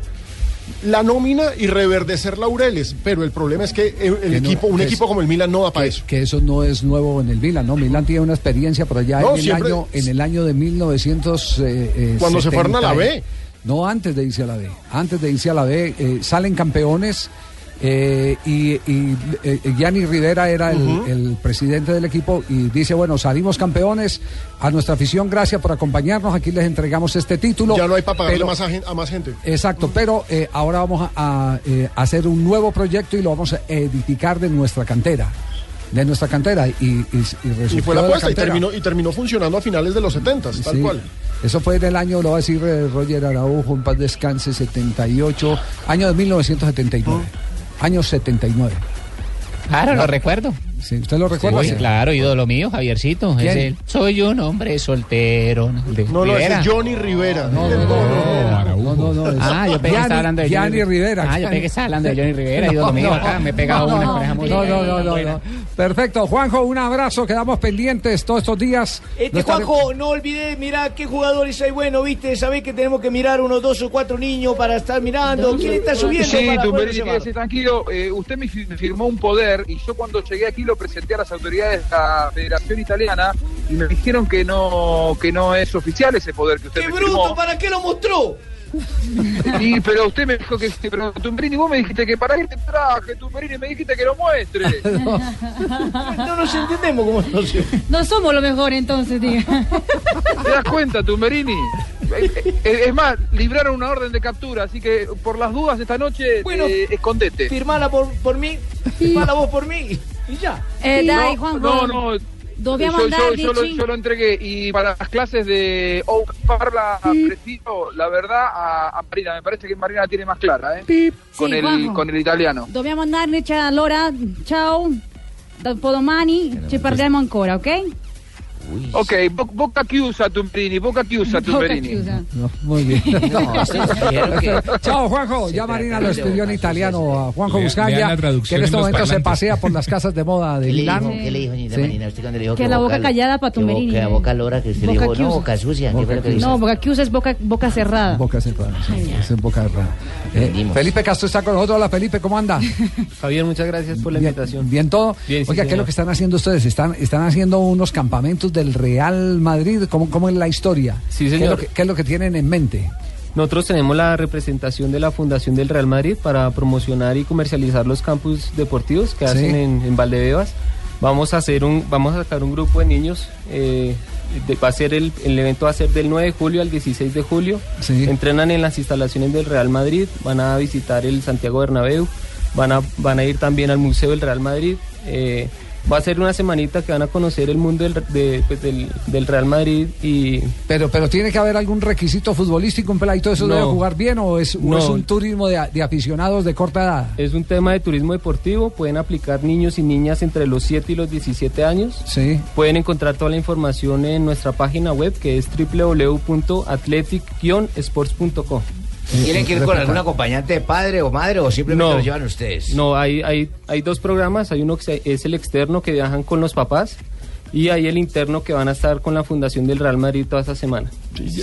Speaker 13: la nómina y reverdecer laureles, pero el problema es que el, el
Speaker 7: Que no,
Speaker 13: equipo, un
Speaker 7: que
Speaker 13: equipo
Speaker 7: es-
Speaker 13: como el Milan no da para eso.
Speaker 7: Que eso no es nuevo en el Milan, ¿no? Milan tiene una experiencia por allá
Speaker 13: No,
Speaker 7: en, el
Speaker 13: siempre-
Speaker 7: año, en el año de 1900. eh, eh,
Speaker 13: Cuando se fueron a la
Speaker 7: 70,
Speaker 13: B.
Speaker 7: eh. No, antes de irse a la B. Antes de irse a la B, eh, salen campeones. eh, y, y, eh, Gianni Rivera era el,
Speaker 13: Ujú.
Speaker 7: el presidente del equipo y dice, bueno, salimos campeones, a nuestra afición gracias por acompañarnos, aquí les entregamos este título.
Speaker 13: Ya no hay para pagarle
Speaker 7: pero-
Speaker 13: más a, gen- a más gente.
Speaker 7: Exacto, pero eh, ahora vamos a, a, eh, hacer un nuevo proyecto y lo vamos a edificar de nuestra cantera. De nuestra cantera. Y, y, y
Speaker 13: Y
Speaker 7: resurgió
Speaker 13: fue la
Speaker 7: de
Speaker 13: apuesta y
Speaker 7: cantera.
Speaker 13: terminó, y terminó funcionando a finales de los 70, tal
Speaker 7: Sí.
Speaker 13: cual.
Speaker 7: Eso fue en el año, lo va a decir eh, Roger Araujo, en paz descanse, 78, año de 1979. Año 79.
Speaker 16: ¿Ah? Claro, lo recuerdo.
Speaker 7: Sí, ¿Usted lo recuerda?
Speaker 16: Uy,
Speaker 7: Sí.
Speaker 16: claro, ídolo mío, Javiercito. es
Speaker 7: ¿Quién?
Speaker 16: él. Soy un hombre soltero.
Speaker 13: No, no, ese
Speaker 16: Rivera.
Speaker 13: es Johnny Rivera.
Speaker 7: No, no, no. es-
Speaker 16: Ah, yo pensé que
Speaker 7: Gianni-
Speaker 16: estaba hablando de
Speaker 7: Gianni
Speaker 16: Johnny-
Speaker 7: Rivera.
Speaker 16: Ah, yo pensé que estaba hablando de Johnny Rivera,
Speaker 7: No,
Speaker 16: ídolo mío
Speaker 7: no.
Speaker 16: acá. Me pegaba
Speaker 7: No,
Speaker 16: una
Speaker 7: no,
Speaker 16: oreja muy
Speaker 7: No, no,
Speaker 16: buena.
Speaker 7: no, no, no. Perfecto. Juanjo, un abrazo. Quedamos pendientes todos estos días. No
Speaker 6: Este
Speaker 7: estaré-
Speaker 6: Juanjo, no olvides, mirá qué jugadores hay bueno, viste, sabés que tenemos que mirar unos dos o cuatro niños para estar mirando. ¿Quién está subiendo?
Speaker 25: Sí,
Speaker 6: para poder
Speaker 25: Tumberini quiere
Speaker 6: llevar?
Speaker 25: decir, tranquilo, eh, usted me, fi- me firmó un poder y yo cuando llegué aquí lo presenté a las autoridades de la Federación Italiana y me dijeron que no, que no es oficial ese poder que usted
Speaker 6: ¡Qué
Speaker 25: me
Speaker 6: bruto!
Speaker 25: firmó.
Speaker 6: ¿Para qué lo mostró?
Speaker 25: Y, pero usted me dijo que sí, pero Tumberini, vos me dijiste que para qué te traje, Tumberini, me dijiste que lo muestre.
Speaker 6: No nos entendemos como nos
Speaker 11: No somos lo mejor entonces, diga.
Speaker 25: ¿Te das cuenta, Tumberini? Eh, eh, Es más, libraron una orden de captura, así que por las dudas esta noche,
Speaker 6: Bueno,
Speaker 25: eh, escondete.
Speaker 6: Firmala por, por mí, firmala vos por mí y ya.
Speaker 11: Eh, dai,
Speaker 25: no,
Speaker 11: Juanjo.
Speaker 25: no, no.
Speaker 11: Dobbiamo
Speaker 25: yo,
Speaker 11: andare,
Speaker 25: yo- yo lo,
Speaker 11: dici?
Speaker 25: yo lo entregué y para las clases de Oparla prefiero, la verdad, a, a Marina. Me parece que Marina la tiene más clara, ¿eh? Con,
Speaker 11: Sì,
Speaker 25: el,
Speaker 11: Juanjo.
Speaker 25: con el italiano.
Speaker 11: Dobbiamo andarci allora. Ciao. Dopo domani ci parliamo ancora, ok?
Speaker 25: Ok, bo- boca chiusa, Tumberini, boca chiusa, Tumberini.
Speaker 7: No, muy bien. No. Chao, Juanjo. Ya Marina lo estudió en italiano a Juanjo
Speaker 23: Lean- lean
Speaker 7: Buscaglia,
Speaker 23: la traducción
Speaker 7: que en
Speaker 23: en
Speaker 7: este
Speaker 23: los
Speaker 7: momento se
Speaker 23: parlantes.
Speaker 7: pasea por las casas de moda de
Speaker 22: ¿Qué le
Speaker 7: Milán.
Speaker 22: dijo? ¿Qué le dijo, señorita
Speaker 7: Sí.
Speaker 22: Marina? ¿Usted cuando le dijo
Speaker 11: Que la boca
Speaker 22: lo-
Speaker 11: callada pa'
Speaker 22: que
Speaker 11: Tumberini,
Speaker 22: boca- Que la
Speaker 11: eh.
Speaker 22: boca lora, que usted le
Speaker 11: Boca
Speaker 22: dijo, no,
Speaker 11: chiusa.
Speaker 22: boca sucia. ¿Qué fue lo que le
Speaker 11: No,
Speaker 22: dijo?
Speaker 11: boca chiusa es boca, boca cerrada.
Speaker 7: Boca cerrada. sí, es en boca cerrada. Eh, Felipe Castro está con nosotros. Hola, Felipe, ¿cómo anda?
Speaker 28: Javier, muchas gracias por la
Speaker 7: Bien-
Speaker 28: invitación.
Speaker 7: Bien todo.
Speaker 28: Bien, sí,
Speaker 7: Oiga, ¿qué es
Speaker 28: señor.
Speaker 7: lo que están haciendo ustedes? Están, están haciendo unos campamentos del Real Madrid. ¿Cómo, cómo es la historia? ¿Qué
Speaker 28: Sí,
Speaker 7: es, lo
Speaker 28: señor.
Speaker 7: que, qué es lo que tienen en mente?
Speaker 28: Nosotros tenemos la representación de la Fundación del Real Madrid para promocionar y comercializar los campus deportivos que
Speaker 7: Sí.
Speaker 28: hacen en, en Valdebebas. Vamos a hacer un, vamos a sacar un grupo de niños. eh, de- va a ser el, el evento va a ser del 9 de julio al 16 de julio.
Speaker 7: Sí.
Speaker 28: Entrenan en las instalaciones del Real Madrid, van a visitar el Santiago Bernabéu, van a, van a ir también al Museo del Real Madrid. eh, va a ser una semanita que van a conocer el mundo del, de- pues, del- del Real Madrid y
Speaker 7: Pero, pero tiene que haber algún requisito futbolístico, un peladito, eso
Speaker 28: No.
Speaker 7: debe jugar bien o es, o
Speaker 28: No.
Speaker 7: es un turismo de, a- de aficionados de corta edad.
Speaker 28: Es un tema de turismo deportivo, pueden aplicar niños y niñas entre los 7 y los 17 años.
Speaker 7: Sí.
Speaker 28: Pueden encontrar toda la información en nuestra página web que es www.athletic-sports.com.
Speaker 22: ¿Tienen que ir con algún acompañante de padre o madre o simplemente
Speaker 28: No.
Speaker 22: lo llevan ustedes?
Speaker 28: No, hay, hay, hay dos programas, hay uno que se- es el externo que viajan con los papás y hay el interno que van a estar con la Fundación del Real Madrid toda esta semana.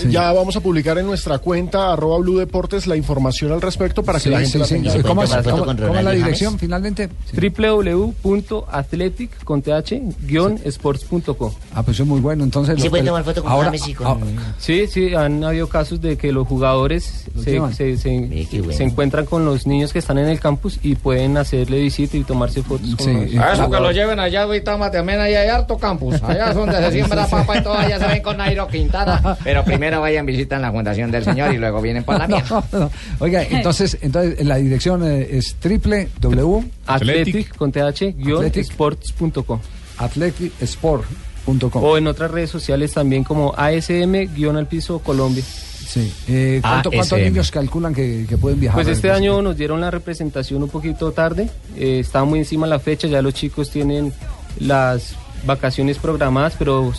Speaker 13: Ya vamos a publicar en nuestra cuenta, arroba Blue Deportes, la información al respecto para que
Speaker 28: Sí,
Speaker 13: la gente
Speaker 28: sí,
Speaker 13: la
Speaker 28: sí,
Speaker 13: tenga.
Speaker 28: sí. ¿Cómo es- cómo-
Speaker 7: ¿Cómo es la dirección finalmente?
Speaker 28: www.athletic con th-sports.com.
Speaker 7: Ah, pues es muy bueno. Entonces,
Speaker 28: ¿Y se
Speaker 7: los
Speaker 28: puede
Speaker 7: pel-
Speaker 28: tomar foto con
Speaker 7: ahora,
Speaker 28: James y con-
Speaker 7: ah,
Speaker 28: Sí, sí, han habido casos de que los jugadores
Speaker 7: Los
Speaker 28: se,
Speaker 7: llevan.
Speaker 28: se- se- se encuentran con los niños que están en el campus y pueden hacerle visita y tomarse fotos con los
Speaker 9: Ah,
Speaker 5: A eso que lo
Speaker 28: jugadores.
Speaker 5: lleven allá, Vitama, también allá hay harto campus. Allá es donde se siembra la papa y todo, allá se ven con Nairo Quintana.
Speaker 22: Pero primero vayan, visitan la fundación del señor y luego vienen para la mía.
Speaker 7: no. Oiga, entonces, entonces la dirección eh, es triple W
Speaker 28: Athletic con th-sports.com
Speaker 7: athleticsport.com.
Speaker 28: o en otras redes sociales también como ASM-al piso Colombia.
Speaker 7: Sí. Eh, ¿cuánto- ¿Cuántos niños calculan que, que pueden viajar?
Speaker 28: Pues este año nos dieron la representación un poquito tarde, eh, está muy encima la fecha, ya los chicos tienen las vacaciones programadas, pero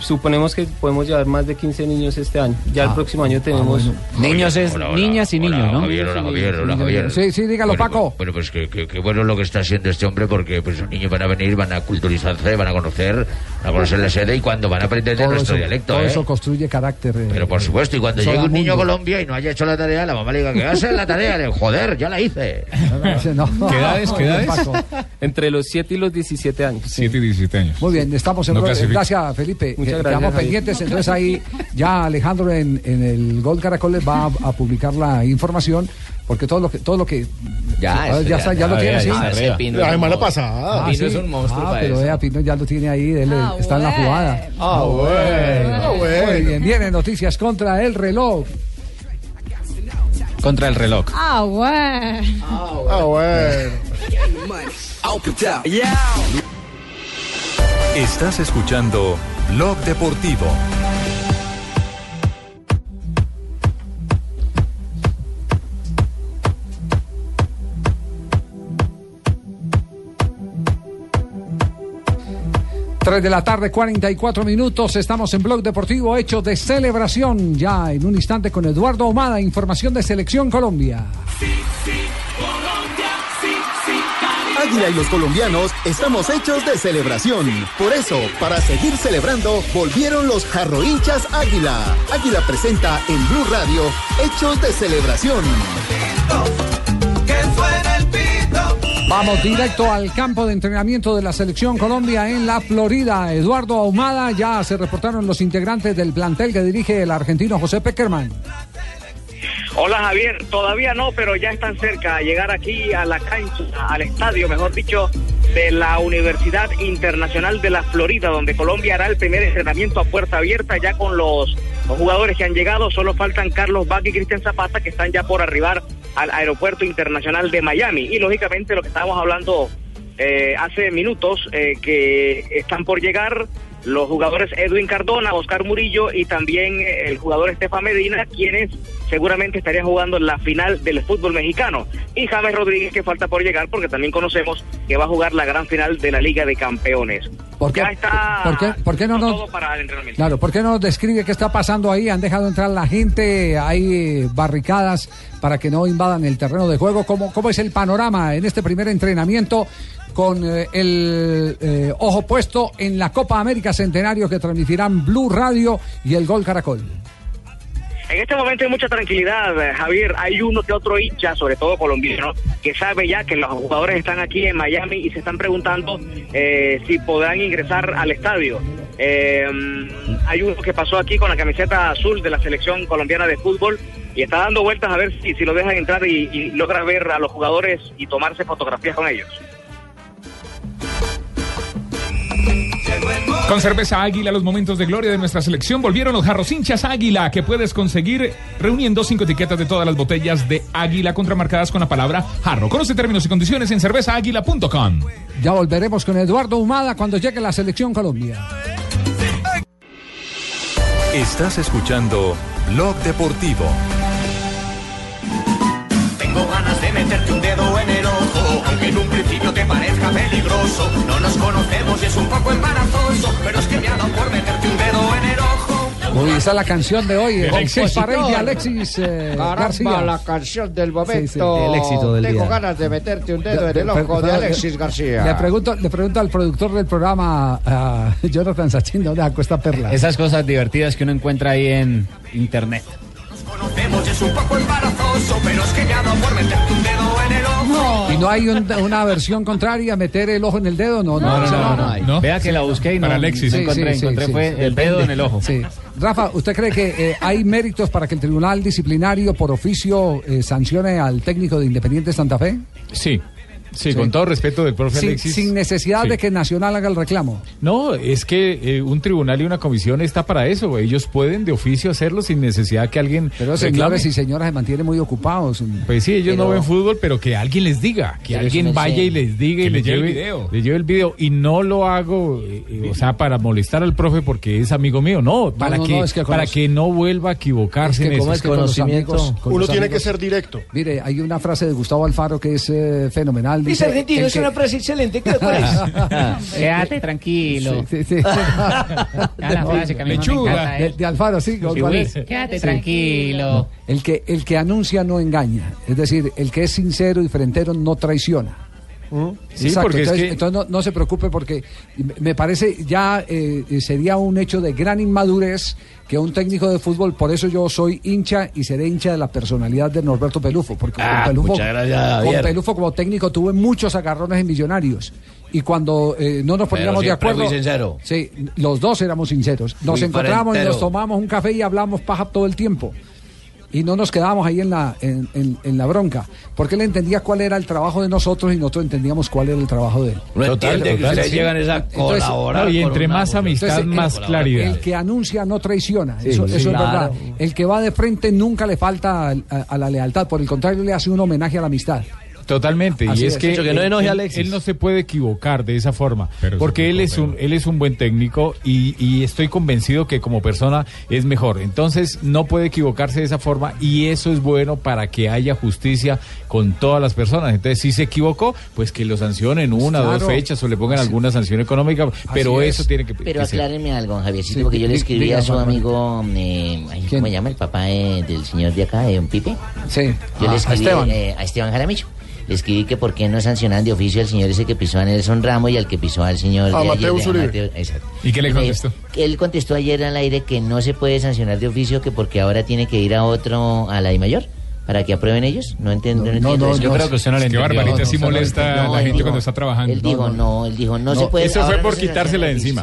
Speaker 28: suponemos que podemos llevar más de 15 niños este año. Ya
Speaker 7: Ah,
Speaker 28: el próximo año tenemos...
Speaker 21: Niños es niñas y niños, ¿no?
Speaker 29: Javier, hola Javier, hola Javier.
Speaker 7: Sí, sí, dígalo,
Speaker 29: Bueno,
Speaker 7: Paco.
Speaker 29: pues- Bueno, pues que, que- que bueno lo que está haciendo este hombre porque pues los niños van a venir, van a culturizarse, van a conocer, van a conocer la sede y cuando van a aprender de
Speaker 7: Todo
Speaker 29: nuestro
Speaker 7: eso-
Speaker 29: dialecto,
Speaker 7: todo
Speaker 29: ¿eh?
Speaker 7: eso construye carácter. eh,
Speaker 29: Pero por supuesto, y cuando
Speaker 7: Soda
Speaker 29: llegue un niño a
Speaker 7: mundo.
Speaker 29: Colombia y no haya hecho la tarea, la mamá le diga que hace la tarea, le digo, joder, ya la hice.
Speaker 7: No.
Speaker 29: ¿Qué edades, qué edades?
Speaker 7: Paco.
Speaker 28: Entre los 7 y los 17 años.
Speaker 8: 7 y 17 años.
Speaker 7: Muy bien, estamos en
Speaker 28: No
Speaker 7: ro-
Speaker 28: clasifica.
Speaker 7: Gracias, Felipe.
Speaker 28: Muchas
Speaker 7: Eh,
Speaker 28: gracias,
Speaker 7: Quedamos
Speaker 28: Javier.
Speaker 7: pendientes. Entonces ahí ya Alejandro en, en el Gol Caracoles va a, a publicar la información. Porque todo lo que. Todo lo que
Speaker 9: Ya,
Speaker 7: Ah,
Speaker 9: eso
Speaker 7: ya,
Speaker 9: ya,
Speaker 7: está, ya
Speaker 9: ya,
Speaker 7: lo
Speaker 9: ya,
Speaker 7: tiene,
Speaker 9: ya,
Speaker 7: sí.
Speaker 9: ya, ese
Speaker 7: Ah,
Speaker 9: Pino es un monstruo. Pino
Speaker 7: sí.
Speaker 9: es un monstruo
Speaker 7: Ah,
Speaker 9: para
Speaker 7: pero
Speaker 9: eso.
Speaker 7: vea, Pino ya lo tiene ahí, él, eh, está en la jugada.
Speaker 9: Ah,
Speaker 7: bueno. Muy bien, vienen noticias contra el reloj.
Speaker 21: Contra el reloj.
Speaker 11: Ah, bueno.
Speaker 13: Ah, bueno.
Speaker 1: Estás escuchando Blog Deportivo.
Speaker 7: Tres de la tarde, 44 minutos. Estamos en Blog Deportivo, hecho de celebración. Ya en un instante con Eduardo Omada, información de Selección Colombia.
Speaker 20: Águila y los colombianos estamos hechos de celebración. Por eso, para seguir celebrando, volvieron los jarrohinchas Águila. Águila presenta en Blue Radio Hechos de Celebración.
Speaker 19: Que suene el pito.
Speaker 7: Vamos directo al campo de entrenamiento de la Selección Colombia en la Florida. Eduardo Ahumada, ya se reportaron los integrantes del plantel que dirige el argentino José Peckerman.
Speaker 14: Hola Javier, todavía no, pero ya están cerca a llegar aquí a la cancha, al estadio, mejor dicho, de la Universidad Internacional de la Florida, donde Colombia hará el primer entrenamiento a puerta abierta ya con los jugadores que han llegado. Solo faltan Carlos Bach y Cristian Zapata que están ya por arribar al Aeropuerto Internacional de Miami. Y lógicamente lo que estábamos hablando eh, hace minutos eh, que están por llegar los jugadores Edwin Cardona, Oscar Murillo y también eh, el jugador Estefan Medina, quienes seguramente estarían jugando la final del fútbol mexicano. Y James Rodríguez, que falta por llegar, porque también conocemos que va a jugar la gran final de la Liga de Campeones.
Speaker 7: ¿Por qué,
Speaker 14: Ya está
Speaker 7: ¿por qué, por qué no
Speaker 14: todo
Speaker 7: nos,
Speaker 14: para el entrenamiento.
Speaker 7: claro, ¿por qué no nos describe qué está pasando ahí? ¿Han dejado entrar la gente? ¿Hay eh, barricadas para que no invadan el terreno de juego? ¿Cómo, cómo es el panorama en este primer entrenamiento con eh, el eh, ojo puesto en la Copa América Centenario que transmitirán Blue Radio y el Gol Caracol?
Speaker 14: En este momento hay mucha tranquilidad, eh, Javier. Hay uno que otro hincha, sobre todo colombiano, que sabe ya que los jugadores están aquí en Miami y se están preguntando eh, si podrán ingresar al estadio. Eh, hay uno que pasó aquí con la camiseta azul de la selección colombiana de fútbol y está dando vueltas a ver si, si lo dejan entrar y, y logra ver a los jugadores y tomarse fotografías con ellos.
Speaker 8: Con cerveza Águila, los momentos de gloria de nuestra selección volvieron los jarros hinchas Águila, que puedes conseguir reuniendo cinco etiquetas de todas las botellas de Águila contramarcadas con la palabra jarro. Conoce términos y condiciones en cervezaáguila.com.
Speaker 7: Ya volveremos con Eduardo Humada cuando llegue la selección Colombia.
Speaker 1: Estás escuchando Blog Deportivo.
Speaker 19: Tengo ganas de meterte un dedo en el ojo, aunque en un principio te parezca peligroso. No nos conocemos y es un poco embarazoso, pero es que me ha dado por meterte un dedo en el ojo.
Speaker 7: Uy, esa es la canción de hoy, eh, con
Speaker 5: Alexis.
Speaker 7: Cés Parrey y Alexis eh,
Speaker 5: Caramba,
Speaker 7: García.
Speaker 5: la canción del momento.
Speaker 7: Sí, sí, el éxito del
Speaker 5: Tengo
Speaker 7: día.
Speaker 5: ganas de meterte un dedo en el
Speaker 7: Pe-
Speaker 5: ojo de
Speaker 7: pe-
Speaker 5: Alexis
Speaker 16: ah.
Speaker 7: Le
Speaker 5: García.
Speaker 7: pregunto, le pregunto al productor del programa, a Jonathan Sachin, ¿dónde acuesta Perla?
Speaker 21: Esas cosas divertidas que uno encuentra ahí en internet.
Speaker 19: Conocemos y es un poco embarazoso, pero es que me ha dado por meterte un dedo en el ojo.
Speaker 7: ¿Y no hay un- una versión contraria, meter el ojo en el dedo? No, no, esa
Speaker 21: Vea que la busqué y no,
Speaker 7: Para Alexis.
Speaker 21: no
Speaker 7: Sí,
Speaker 21: encontré,
Speaker 7: sí, sí,
Speaker 21: encontré
Speaker 7: sí,
Speaker 21: fue
Speaker 7: sí,
Speaker 21: el
Speaker 7: depende.
Speaker 21: dedo en el ojo.
Speaker 7: Sí. Rafa, ¿usted cree que eh, hay méritos para que el Tribunal Disciplinario por oficio eh, sancione al técnico de Independiente Santa Fe?
Speaker 4: Sí, sí, con todo respeto del profe
Speaker 7: Sin,
Speaker 4: Alexis.
Speaker 7: sin necesidad
Speaker 4: Sí.
Speaker 7: de que Nacional haga el reclamo.
Speaker 4: No, es que eh, un tribunal y una comisión está para eso. Ellos pueden de oficio hacerlo sin necesidad que alguien.
Speaker 7: Pero
Speaker 4: reclame.
Speaker 7: señores y señoras se mantienen muy ocupados.
Speaker 4: Pues sí, ellos no
Speaker 7: Pero-
Speaker 4: ven fútbol, pero que alguien les diga, que
Speaker 7: Pero
Speaker 4: alguien
Speaker 7: eso no es
Speaker 4: vaya y
Speaker 7: serio.
Speaker 4: les diga y
Speaker 7: Que
Speaker 4: les
Speaker 7: les lleve
Speaker 4: lleve,
Speaker 7: el video.
Speaker 4: les lleve el video. Y no lo hago, eh, eh, o sea, para molestar al profe porque es amigo mío. No, para
Speaker 7: no,
Speaker 4: que,
Speaker 7: no, es que con
Speaker 4: para
Speaker 7: los-
Speaker 4: que no vuelva a equivocarse en eso.
Speaker 13: Uno tiene que ser directo.
Speaker 7: Mire, hay una frase de Gustavo Alfaro que es eh, fenomenal. al
Speaker 6: Es
Speaker 7: Licey.
Speaker 6: argentino,
Speaker 7: El
Speaker 6: es
Speaker 7: que-
Speaker 6: una frase excelente. ¿Qué- ¿Cuál es?
Speaker 16: Quédate tranquilo.
Speaker 7: Sí, sí, sí.
Speaker 16: la frase que a mí más me
Speaker 7: Lechuga.
Speaker 16: encanta es-
Speaker 7: De, de Alfaro, sí. ¿cuál
Speaker 16: Sí, güey,
Speaker 7: es?
Speaker 16: quédate tranquilo.
Speaker 7: El que, el que anuncia no engaña. Es decir, el que es sincero y frentero no traiciona.
Speaker 18: Mm,
Speaker 4: Sí,
Speaker 7: Exacto,
Speaker 4: porque es
Speaker 7: entonces,
Speaker 4: que-
Speaker 7: entonces no, no se preocupe porque me- me parece ya eh, sería un hecho de gran inmadurez que un técnico de fútbol, por eso yo soy hincha y seré hincha de la personalidad de Norberto Pelufo, porque
Speaker 18: Ah,
Speaker 7: con, Pelufo,
Speaker 18: muchas gracias, Javier.
Speaker 7: con Pelufo como técnico tuve muchos agarrones en Millonarios y cuando eh, no nos
Speaker 18: Pero
Speaker 7: poníamos de
Speaker 18: siempre
Speaker 7: acuerdo,
Speaker 18: fui sincero.
Speaker 7: sí, los dos éramos sinceros, nos
Speaker 18: Fui
Speaker 7: encontrábamos y
Speaker 18: frentero.
Speaker 7: nos tomábamos un café y hablábamos paja todo el tiempo y no nos quedábamos ahí en la, en, en- en la bronca, porque él entendía cuál era el trabajo de nosotros y nosotros entendíamos cuál era el trabajo de él.
Speaker 4: No Total, entiende que total, ustedes sí. llegan es a colaborar No, y con entre una más amistad,
Speaker 7: el-
Speaker 4: más
Speaker 7: el-
Speaker 4: claridad.
Speaker 7: El que anuncia no traiciona,
Speaker 4: Sí,
Speaker 7: eso,
Speaker 4: sí,
Speaker 7: eso es
Speaker 4: claro.
Speaker 7: verdad. El que va de frente nunca le falta al- a, a la lealtad, por el contrario le hace un homenaje a la amistad.
Speaker 4: Totalmente,
Speaker 7: Así
Speaker 4: y es,
Speaker 7: es.
Speaker 4: que,
Speaker 7: Mucho que no
Speaker 4: él-
Speaker 7: enoje a
Speaker 4: él-
Speaker 7: Alexis.
Speaker 4: él no se puede equivocar de esa forma, porque él es un él es un buen técnico y, y estoy convencido que como persona es mejor. Entonces no puede equivocarse de esa forma y eso es bueno para que haya justicia con todas las personas. Entonces si se equivocó, pues que lo sancionen una o dos
Speaker 9: Claro.
Speaker 4: fechas o le pongan alguna sanción económica, pero eso tiene que
Speaker 9: Pero
Speaker 4: que ser.
Speaker 9: aclárenme algo, Javiercito,
Speaker 4: Sí,
Speaker 9: porque yo le
Speaker 4: di-
Speaker 9: escribí
Speaker 4: diga,
Speaker 9: a su
Speaker 4: Juan
Speaker 9: amigo, eh, ay, ¿cómo se llama? El papá eh, del señor de acá, eh, un Pipe.
Speaker 7: Sí.
Speaker 9: Yo
Speaker 7: Ah, a
Speaker 9: le escribí eh, a
Speaker 7: Esteban.
Speaker 9: Esteban. Jaramillo. Le escribí que por qué no sancionan de oficio al señor ese que pisó a Nelson Ramos y al que pisó al señor...
Speaker 24: A
Speaker 9: de ayer,
Speaker 24: Mateus
Speaker 9: de- a
Speaker 24: Uribe.
Speaker 9: Mateo- exacto. Eh,
Speaker 24: ¿Y qué le
Speaker 9: Y me-
Speaker 24: contestó?
Speaker 9: Él contestó ayer al aire que no se puede sancionar de oficio, que porque ahora tiene que ir a otro, a la I mayor, para que aprueben ellos. No entiendo, no, entiendo eso.
Speaker 8: Qué barbarita, sí molesta a la gente cuando está trabajando.
Speaker 9: Él dijo, no, él dijo, no, se puede...
Speaker 4: Eso
Speaker 9: ahora
Speaker 4: fue
Speaker 9: no
Speaker 4: por
Speaker 9: se
Speaker 4: quitársela de encima.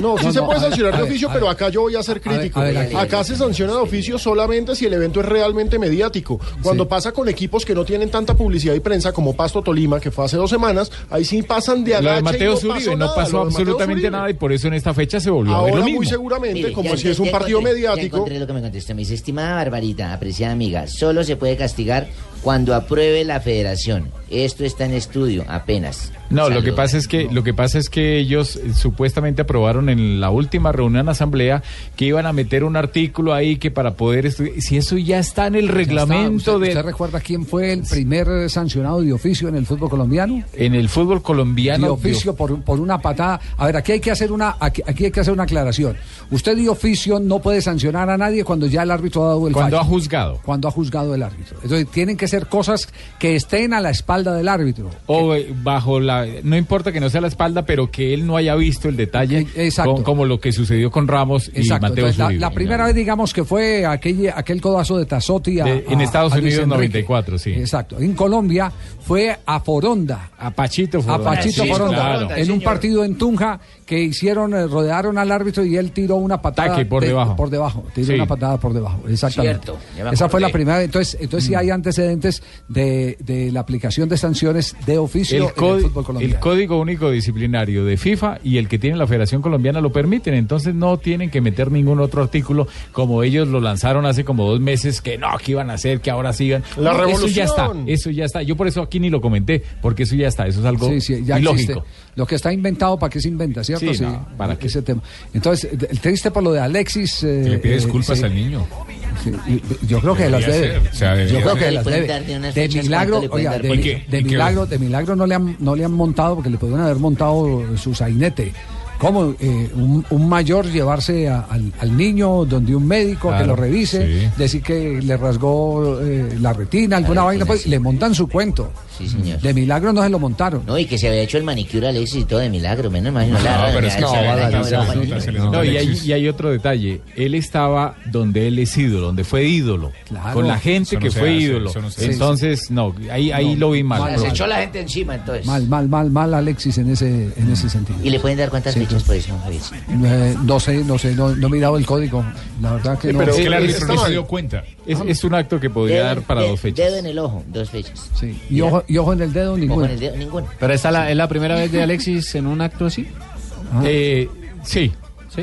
Speaker 13: No, sí
Speaker 4: No,
Speaker 13: se
Speaker 4: no,
Speaker 13: puede
Speaker 4: a ver,
Speaker 13: sancionar
Speaker 4: a
Speaker 13: de
Speaker 4: ver,
Speaker 13: oficio,
Speaker 4: a
Speaker 13: pero acá yo voy a ser crítico.
Speaker 4: a ver, aquí-
Speaker 13: acá se sanciona de oficio solamente si el evento es realmente mediático. Cuando pasa con equipos que no tienen tanta publicidad y prensa como Pasto Tolima, que fue hace dos semanas, ahí sí pasan de
Speaker 4: Lo
Speaker 13: agache
Speaker 4: de
Speaker 13: y
Speaker 4: Mateo
Speaker 13: no pasó
Speaker 4: Uribe no
Speaker 13: nada, lo
Speaker 4: pasó
Speaker 13: de Mateus
Speaker 4: absolutamente
Speaker 13: Uribe.
Speaker 4: nada y por eso en esta fecha se volvió a ver
Speaker 13: Ahora
Speaker 4: lo
Speaker 13: muy
Speaker 4: mismo.
Speaker 13: seguramente,
Speaker 9: Mire,
Speaker 13: como
Speaker 9: ya-
Speaker 13: si es un
Speaker 9: ya
Speaker 13: partido
Speaker 9: encontré- ya
Speaker 13: mediático.
Speaker 9: encontré lo que me contestó. Me dice, estimada Barbarita, apreciada amiga, solo se puede castigar cuando apruebe la federación. Esto está en estudio, apenas.
Speaker 4: No, lo
Speaker 9: Saludos.
Speaker 4: que pasa es que lo que pasa es que ellos eh, supuestamente aprobaron en la última reunión asamblea que iban a meter un artículo ahí que para poder estudiar si eso ya está en el reglamento
Speaker 7: ¿Usted,
Speaker 4: de
Speaker 7: usted recuerda quién fue el primer eh, sancionado de oficio en el fútbol colombiano?
Speaker 4: en el fútbol colombiano
Speaker 7: de oficio por, por una patada. A ver, aquí hay que hacer una aquí, aquí hay que hacer una aclaración. Usted de oficio no puede sancionar a nadie cuando ya el árbitro ha dado el
Speaker 4: Cuando
Speaker 7: fallo.
Speaker 4: ha juzgado.
Speaker 7: Cuando ha juzgado el árbitro. Entonces tienen que ser cosas que estén a la espalda del árbitro.
Speaker 4: o eh, bajo la no importa que no sea la espalda pero que él no haya visto el detalle con- como lo que sucedió con Ramos y
Speaker 7: Exacto.
Speaker 4: Mateo
Speaker 7: Entonces, la,
Speaker 4: Uribe.
Speaker 7: la primera vez digamos que fue aquel, aquel codazo de Tazotti a-
Speaker 4: De- en
Speaker 7: a-
Speaker 4: Estados
Speaker 7: a Luis
Speaker 4: Unidos
Speaker 7: Enrique.
Speaker 4: 94 sí
Speaker 7: Exacto. En Colombia fue a Foronda.
Speaker 4: A Pachito Foronda.
Speaker 7: A Pachito
Speaker 4: Sí,
Speaker 7: Foronda.
Speaker 4: claro.
Speaker 7: En un partido en Tunja que hicieron, eh, rodearon al árbitro y él tiró una patada.
Speaker 4: Taque, por
Speaker 7: de-
Speaker 4: debajo.
Speaker 7: Por debajo. Tiró
Speaker 4: Sí.
Speaker 7: una patada por debajo. Exactamente.
Speaker 4: Cierto, ya me
Speaker 7: Esa fue
Speaker 4: acordé.
Speaker 7: la primera. vez. Entonces, entonces
Speaker 4: Mm.
Speaker 7: sí hay antecedentes de, de la aplicación de sanciones de oficio
Speaker 4: el,
Speaker 7: en el
Speaker 4: códi-
Speaker 7: fútbol
Speaker 4: el
Speaker 7: colombiano.
Speaker 4: Código Único Disciplinario de FIFA y el que tiene la Federación Colombiana lo permiten, entonces no tienen que meter ningún otro artículo como ellos lo lanzaron hace como dos meses, que no, que iban a hacer, que ahora sigan.
Speaker 13: La
Speaker 4: No, Eso ya está,
Speaker 13: revolución.
Speaker 4: eso ya está. Yo por eso aquí ni lo comenté, porque eso ya está, eso es algo
Speaker 7: Sí, sí, ya existe.
Speaker 4: ilógico.
Speaker 7: Lo que está inventado, ¿para qué se inventa, cierto? e
Speaker 4: Sí, no, ¿para qué?
Speaker 7: Ese tema. Entonces, de- el triste por lo de Alexis. eh,
Speaker 8: Le pide
Speaker 7: eh,
Speaker 8: disculpas
Speaker 7: sí.
Speaker 8: al niño.
Speaker 7: Sí, y- yo creo que las
Speaker 8: Debería
Speaker 7: debe.
Speaker 8: ser, o sea,
Speaker 7: yo
Speaker 8: debería
Speaker 7: creo que
Speaker 8: ser.
Speaker 7: las
Speaker 8: Le pueden
Speaker 7: debe.
Speaker 8: dar de unas
Speaker 7: De
Speaker 8: fechas,
Speaker 7: milagro,
Speaker 8: ¿cuánto le pueden
Speaker 7: oiga,
Speaker 8: dar?
Speaker 7: de,
Speaker 8: ¿Y
Speaker 7: mi-
Speaker 8: qué?
Speaker 7: de
Speaker 8: ¿Y qué?
Speaker 7: milagro, de milagro no le han, no le han montado porque le podrían haber montado su sainete. ¿Cómo eh, un, un mayor llevarse a- al, al niño donde un médico a que
Speaker 4: Claro,
Speaker 7: lo revise,
Speaker 4: sí.
Speaker 7: decir que le rasgó eh, la retina, alguna vaina, pues le montan su cuento. De milagro no se lo montaron.
Speaker 9: No, y que se había hecho el manicure al éxito de milagro, menos mal. No, la- la- la- la- la- la- la-
Speaker 4: No, y hay, y hay otro detalle. Él estaba donde él es ídolo, donde fue ídolo.
Speaker 9: Claro.
Speaker 4: Con la
Speaker 9: Eso
Speaker 4: gente
Speaker 9: no
Speaker 4: que
Speaker 9: se
Speaker 4: fue
Speaker 9: hace,
Speaker 4: ídolo.
Speaker 9: eso no se hace.
Speaker 4: Entonces, no, ahí, ahí
Speaker 9: No,
Speaker 4: lo vi mal.
Speaker 9: Se echó la gente encima, entonces.
Speaker 7: Mal, mal, mal, mal Alexis en ese, en ese sentido.
Speaker 9: ¿Y le pueden dar cuántas fechas por eso, Javiercito?
Speaker 7: Eh, no sé, no sé, no, no he mirado el código. La verdad que no.
Speaker 4: cuenta. Es, es un acto que podría
Speaker 9: Dedo-
Speaker 4: dar para
Speaker 9: de-
Speaker 4: dos fechas.
Speaker 9: Dedo en el ojo, dos fechas.
Speaker 7: Sí. Y ojo, y ojo en el dedo, ninguno.
Speaker 9: en el dedo, ninguno.
Speaker 16: Pero esta la- es la primera vez de Alexis en un acto así.
Speaker 4: Eh, sí.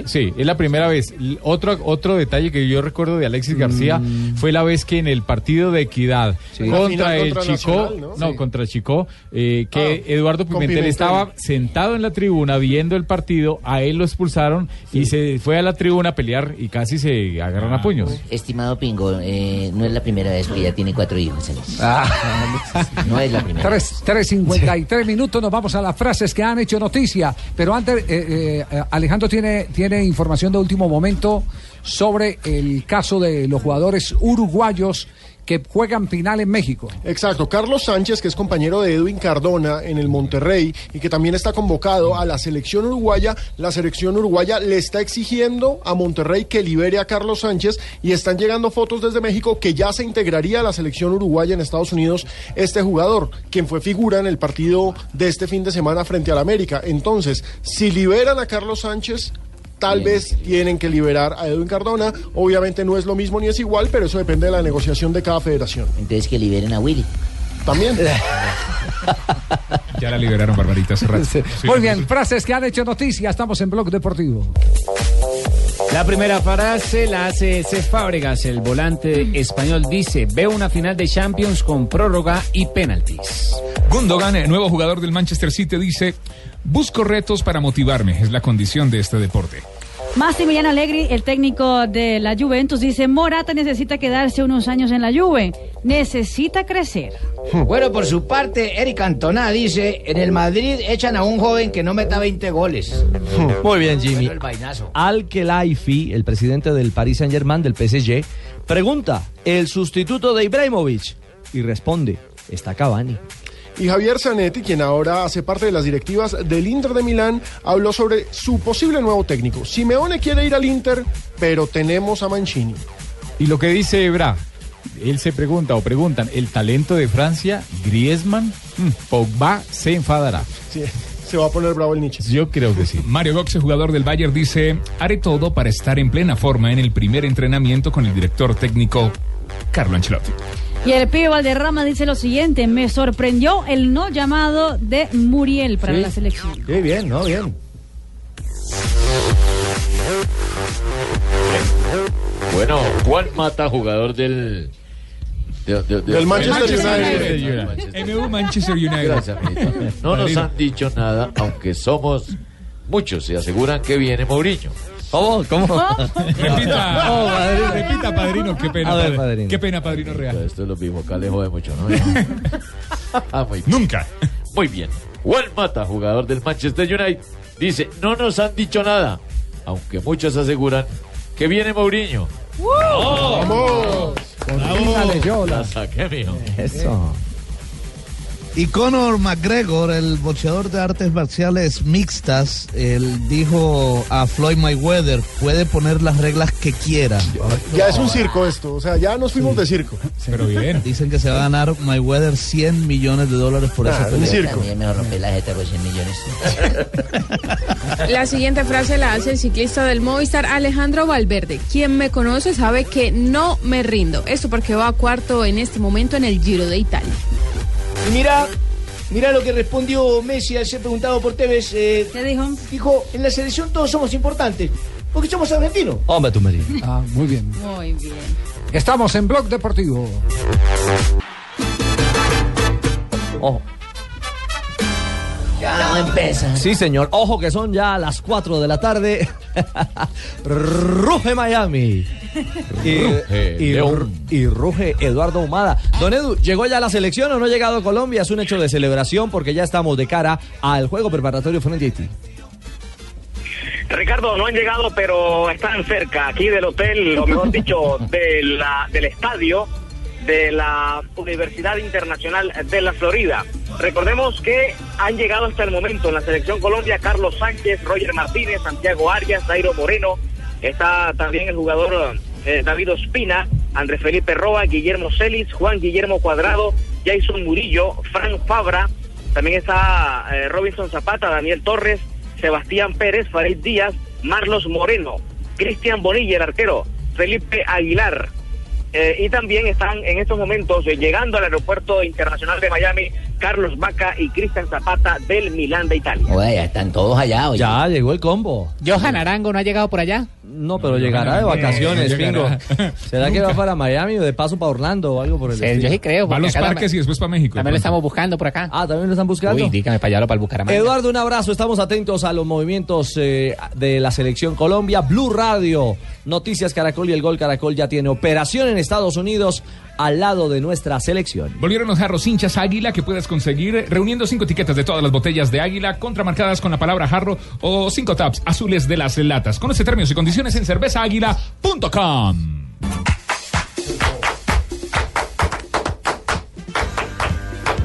Speaker 4: Sí, es la primera vez. L- Otro, otro detalle que yo recuerdo de Alexis García fue la vez que en el partido de Equidad
Speaker 21: Mm. Sí. La
Speaker 4: contra
Speaker 21: final
Speaker 4: el
Speaker 21: contra
Speaker 4: Chico,
Speaker 21: Nacional,
Speaker 4: ¿no?
Speaker 21: ¿no?
Speaker 4: contra Chico, eh, que
Speaker 21: Ah,
Speaker 4: Eduardo
Speaker 21: con
Speaker 4: Pimentel,
Speaker 21: Pimentel.
Speaker 4: estaba sentado en la tribuna viendo el partido, a él lo expulsaron y se fue a la tribuna a pelear y casi se agarran
Speaker 21: Ah,
Speaker 4: a puños.
Speaker 18: Estimado Pingo, eh, no es la primera vez que ya tiene cuatro hijos. Alex. No es la primera.
Speaker 7: Tres- 3.53 minutos, nos vamos a las frases que han hecho noticia. Pero antes, eh, eh, Alejandro tiene, tiene información de último momento sobre el caso de los jugadores uruguayos que juegan final en México.
Speaker 13: Exacto, Carlos Sánchez, que es compañero de Edwin Cardona en el Monterrey y que también está convocado a la selección uruguaya, la selección uruguaya le está exigiendo a Monterrey que libere a Carlos Sánchez y están llegando fotos desde México que ya se integraría a la selección uruguaya en Estados Unidos este jugador, quien fue figura en el partido de este fin de semana frente al América. Entonces, si liberan a Carlos Sánchez... Tal vez tienen que liberar a Edwin Cardona. Obviamente no es lo mismo ni es igual, pero eso depende de la negociación de cada federación.
Speaker 18: Entonces que liberen a Willy.
Speaker 13: También.
Speaker 8: Ya la liberaron, Barbarita, hace rato. Sí,
Speaker 7: Muy
Speaker 8: la
Speaker 7: bien, frases que han hecho noticia. Estamos en Blog Deportivo.
Speaker 21: La primera frase la hace Cés Fábregas, el volante español. Dice: Veo una final de Champions con prórroga y penaltis.
Speaker 8: Gundogan, el nuevo jugador del Manchester City, dice: Busco retos para motivarme, es la condición de este deporte.
Speaker 11: Massimiliano Allegri, el técnico de la Juventus, dice, Morata necesita quedarse unos años en la Juve, necesita crecer.
Speaker 9: Bueno, por su parte, Eric Cantona dice, en el Madrid echan a un joven que no meta 20 goles.
Speaker 10: Muy bien, Jimmy.
Speaker 9: Bueno, el vainazo.
Speaker 10: Al-Khelaifi, el presidente del Paris Saint-Germain, del PSG, pregunta, ¿el sustituto de Ibrahimovic? Y responde, está Cavani.
Speaker 13: Y Javier Zanetti, quien ahora hace parte de las directivas del Inter de Milán, habló sobre su posible nuevo técnico. Simeone quiere ir al Inter, pero tenemos a Mancini.
Speaker 4: Y lo que dice Ebra, él se pregunta o preguntan, el talento de Francia, Griezmann, Mm, Pogba se enfadará.
Speaker 13: Sí, se va a poner bravo el Nietzsche.
Speaker 4: Yo creo que sí.
Speaker 8: Mario Götze, jugador del Bayern, dice: Haré todo para estar en plena forma en el primer entrenamiento con el director técnico Carlo Ancelotti.
Speaker 11: Y el pibe Valderrama dice lo siguiente, me sorprendió el no llamado de Muriel para
Speaker 9: Sí.
Speaker 11: la selección.
Speaker 9: Sí, bien, ¿no? Bien.
Speaker 17: Bueno, Juan Mata, jugador del... de- de- de-
Speaker 13: Del Manchester
Speaker 17: Manchester
Speaker 13: United.
Speaker 8: MU Manchester United.
Speaker 17: Gracias, Benito. No nos han dicho nada, aunque somos muchos se aseguran que viene Mourinho. ¿Cómo? ¿Cómo?
Speaker 8: Repita,
Speaker 17: Oh, padrino.
Speaker 8: repita, padrino, qué pena.
Speaker 17: A ver,
Speaker 8: padre-
Speaker 17: padrino.
Speaker 8: Qué pena, padrino real.
Speaker 17: Esto es lo mismo, acá le jode pues. mucho, ¿no? Ah, muy bien. Nunca. Muy bien. Juan Mata, jugador del Manchester United, dice, no nos han dicho nada, aunque muchos aseguran que viene Mourinho.
Speaker 13: ¡Vamos!
Speaker 17: La saqué, mijo. Eso. Y Conor McGregor, el boxeador de artes marciales mixtas, él dijo a Floyd Mayweather, puede poner las reglas que quiera.
Speaker 13: Ya es un circo esto, o sea, ya nos fuimos de circo.
Speaker 8: Pero bien.
Speaker 17: Dicen que se va a ganar Mayweather 100 millones de dólares
Speaker 13: Ah,
Speaker 17: por
Speaker 9: Ah,
Speaker 17: esa pelea.
Speaker 18: También me rompí la jeta por 100 millones.
Speaker 30: La siguiente frase la hace el ciclista del Movistar Alejandro Valverde. Quien me conoce sabe que no me rindo. Esto porque va cuarto en este momento en el Giro de Italia.
Speaker 6: Y mira, mira lo que respondió Messi al ser preguntado por Tevez. eh,
Speaker 11: dijo?
Speaker 6: en la selección todos somos importantes, porque somos argentinos.
Speaker 10: Hombre, tu merino.
Speaker 7: Ah, muy bien.
Speaker 11: Muy bien.
Speaker 7: Estamos en Blog Deportivo.
Speaker 10: Ojo.
Speaker 18: Ya empieza.
Speaker 10: Sí, señor. Ojo que son ya las 4 de la tarde. Ruge Miami. Y,
Speaker 18: Eh,
Speaker 17: Ruge
Speaker 10: y-
Speaker 17: León.
Speaker 10: y ruge Eduardo Humada. Don Edu, ¿llegó ya la selección o no ha llegado a Colombia? Es un hecho de celebración porque ya estamos de cara al juego preparatorio frente a Haití.
Speaker 14: Ricardo, no han llegado, pero están cerca aquí del hotel, o mejor dicho, de la- del estadio de la Universidad Internacional de la Florida. Recordemos que han llegado hasta el momento en la selección Colombia Carlos Sánchez, Roger Martínez, Santiago Arias, Dairo Moreno, está también el jugador eh, David Ospina, Andrés Felipe Roa, Guillermo Celis, Juan Guillermo Cuadrado, Jason Murillo, Fran Fabra, también está eh, Robinson Zapata, Daniel Torres, Sebastián Pérez, Farid Díaz, Marlos Moreno, Cristian Bonilla, el arquero, Felipe Aguilar, Eh, y también están en estos momentos eh, llegando al aeropuerto internacional de Miami Carlos Vaca y Cristian Zapata del Milán de Italia.
Speaker 18: Oye, ya están todos allá, oye.
Speaker 10: Ya llegó el combo.
Speaker 16: Johan Arango no ha llegado por allá.
Speaker 10: No, pero llegará de vacaciones,
Speaker 16: no
Speaker 10: pingo.
Speaker 16: llegará.
Speaker 10: ¿Será que va para Miami o de paso para Orlando o algo por el
Speaker 16: Sí, yo sí creo, Va a porque los acá parques
Speaker 8: y después para México.
Speaker 16: También lo estamos buscando por acá.
Speaker 10: Ah, también lo están buscando.
Speaker 16: Uy, dígame para allá o para el Bucaramanga.
Speaker 10: Eduardo, un abrazo. Estamos atentos a los movimientos eh, de la selección Colombia. Blue Radio, Noticias Caracol y el Gol Caracol ya tiene operación en Estados Unidos al lado de nuestra selección.
Speaker 8: Volvieron los jarros hinchas Águila que puedes conseguir reuniendo cinco etiquetas de todas las botellas de Águila contramarcadas con la palabra jarro o cinco tabs azules de las latas. Conoce términos y condiciones en cervezaaguila.com.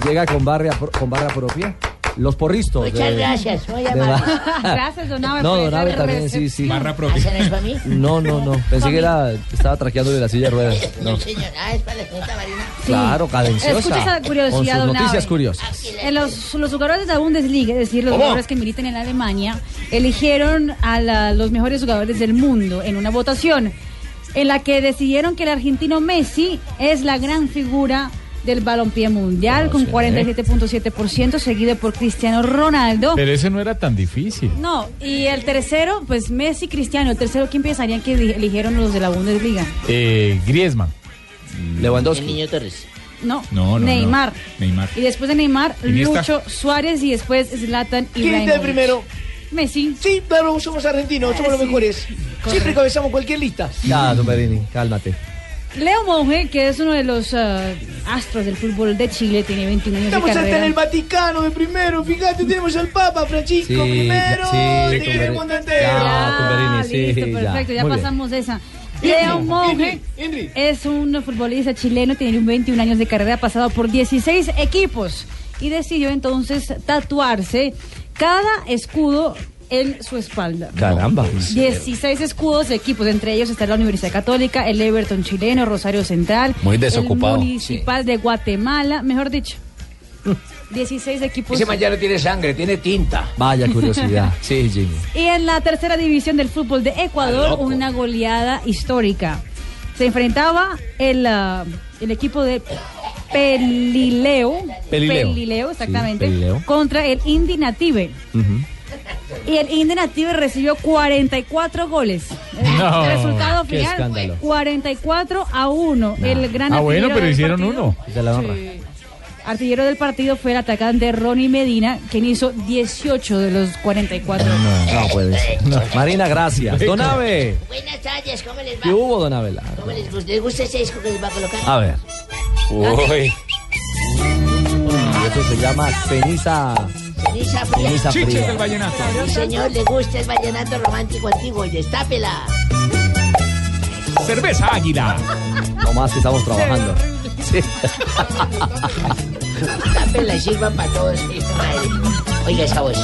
Speaker 10: Llega con barra, con barra propia. Los porristas.
Speaker 18: Muchas
Speaker 10: de-
Speaker 18: gracias, muy
Speaker 10: de
Speaker 18: amable.
Speaker 10: Bar-
Speaker 11: Gracias, don Abe,
Speaker 10: No,
Speaker 11: por
Speaker 10: don
Speaker 11: esa
Speaker 10: Abe también, sí, sí.
Speaker 11: recepción.
Speaker 18: ¿Hacen eso a mí?
Speaker 10: No, no, no. Pensé que era, estaba traqueando de la silla de ruedas. No.
Speaker 18: Señor, ah, es para la señorita Marina.
Speaker 10: Claro, cadenciosa.
Speaker 11: Escucha esa curiosidad,
Speaker 10: Con sus
Speaker 11: don
Speaker 10: noticias
Speaker 11: Abe.
Speaker 10: curiosas.
Speaker 11: En los, los jugadores de la Bundesliga, es decir, los
Speaker 10: ¿Cómo?
Speaker 11: jugadores que militan en Alemania, eligieron a la- los mejores jugadores del mundo en una votación en la que decidieron que el argentino Messi es la gran figura del balompié
Speaker 4: Ah,
Speaker 11: mundial con 47.7%, seguido por Cristiano Ronaldo.
Speaker 4: Pero ese no era tan difícil.
Speaker 11: No, y el tercero, pues Messi, Cristiano, el tercero, ¿quién pensarían que eli- eligieron los de la Bundesliga?
Speaker 4: Eh, Griezmann.
Speaker 18: El niño Torres.
Speaker 11: No,
Speaker 4: No, no, no.
Speaker 11: Neymar.
Speaker 4: Neymar.
Speaker 11: Y después de Neymar,
Speaker 4: Iniesta.
Speaker 11: Lucho Suárez y después Zlatan y
Speaker 6: ¿Quién está de primero?
Speaker 11: Messi.
Speaker 6: Sí, claro, somos argentinos, somos los mejores. Siempre cabezamos cualquier lista.
Speaker 10: Ya, don Perini, cálmate.
Speaker 11: Leo Monge, que es uno de los ah, astros del fútbol de Chile, tiene 21 años
Speaker 6: Estamos
Speaker 11: de
Speaker 6: hasta
Speaker 11: carrera.
Speaker 6: en el Vaticano de primero, fíjate, tenemos al Papa Francisco
Speaker 10: Sí,
Speaker 6: primero.
Speaker 10: ya- sí,
Speaker 6: te queremos
Speaker 10: Tumberini.
Speaker 6: entero.
Speaker 10: Ya, Tumberini, sí,
Speaker 11: Listo,
Speaker 10: ya.
Speaker 11: perfecto, ya
Speaker 10: Muy bien.
Speaker 11: pasamos esa. Leo Monge es un futbolista chileno, tiene un 21 años de carrera, ha pasado por 16 equipos y decidió entonces tatuarse cada escudo en su espalda.
Speaker 10: Caramba.
Speaker 11: 16 escudos de equipos, entre ellos está la Universidad Católica, el Everton chileno, Rosario Central,
Speaker 9: Muy desocupado,
Speaker 11: el Municipal de Guatemala, mejor dicho. 16 equipos.
Speaker 9: Ese man ya no tiene sangre, tiene tinta.
Speaker 10: Vaya curiosidad. Sí, Jimmy.
Speaker 11: Y en la tercera división del fútbol de
Speaker 9: Está
Speaker 11: Ecuador,
Speaker 9: loco.
Speaker 11: una goleada histórica. Se enfrentaba el, ah, el equipo de Pelileo,
Speaker 19: Pelileo.
Speaker 11: exactamente,
Speaker 19: Sí, Pelileo.
Speaker 11: contra el Indy Native. Y el Indy Native recibió 44 goles. El
Speaker 4: No,
Speaker 11: resultado
Speaker 4: qué
Speaker 11: final,
Speaker 4: escándalo.
Speaker 11: 44 a 1. El gran
Speaker 4: Ah, bueno,
Speaker 11: artillero
Speaker 4: pero
Speaker 11: del
Speaker 4: hicieron
Speaker 11: partido-
Speaker 4: uno.
Speaker 10: De la honra.
Speaker 11: Artillero del partido fue el atacante Ronnie Medina, quien hizo 18 de los 44.
Speaker 10: No puede ser. Marina, gracias. Don Abe.
Speaker 18: Buenas tardes, ¿cómo les va?
Speaker 10: ¿Qué hubo, don Ah, Abel?
Speaker 18: ¿Cómo les gusta? ¿Les gusta ese disco que les va a colocar?
Speaker 10: A ver. Uy. Eso se llama ceniza.
Speaker 18: Ceniza fría.
Speaker 10: Ceniza Chiches fría. del
Speaker 8: vallenato.
Speaker 18: Sí, señor, le gusta el vallenato romántico antiguo. Destápela.
Speaker 8: Cerveza Águila.
Speaker 10: No más que estamos trabajando. Sí.
Speaker 18: Destápela y sirva para todos. Cristo madre. Oiga esa voz.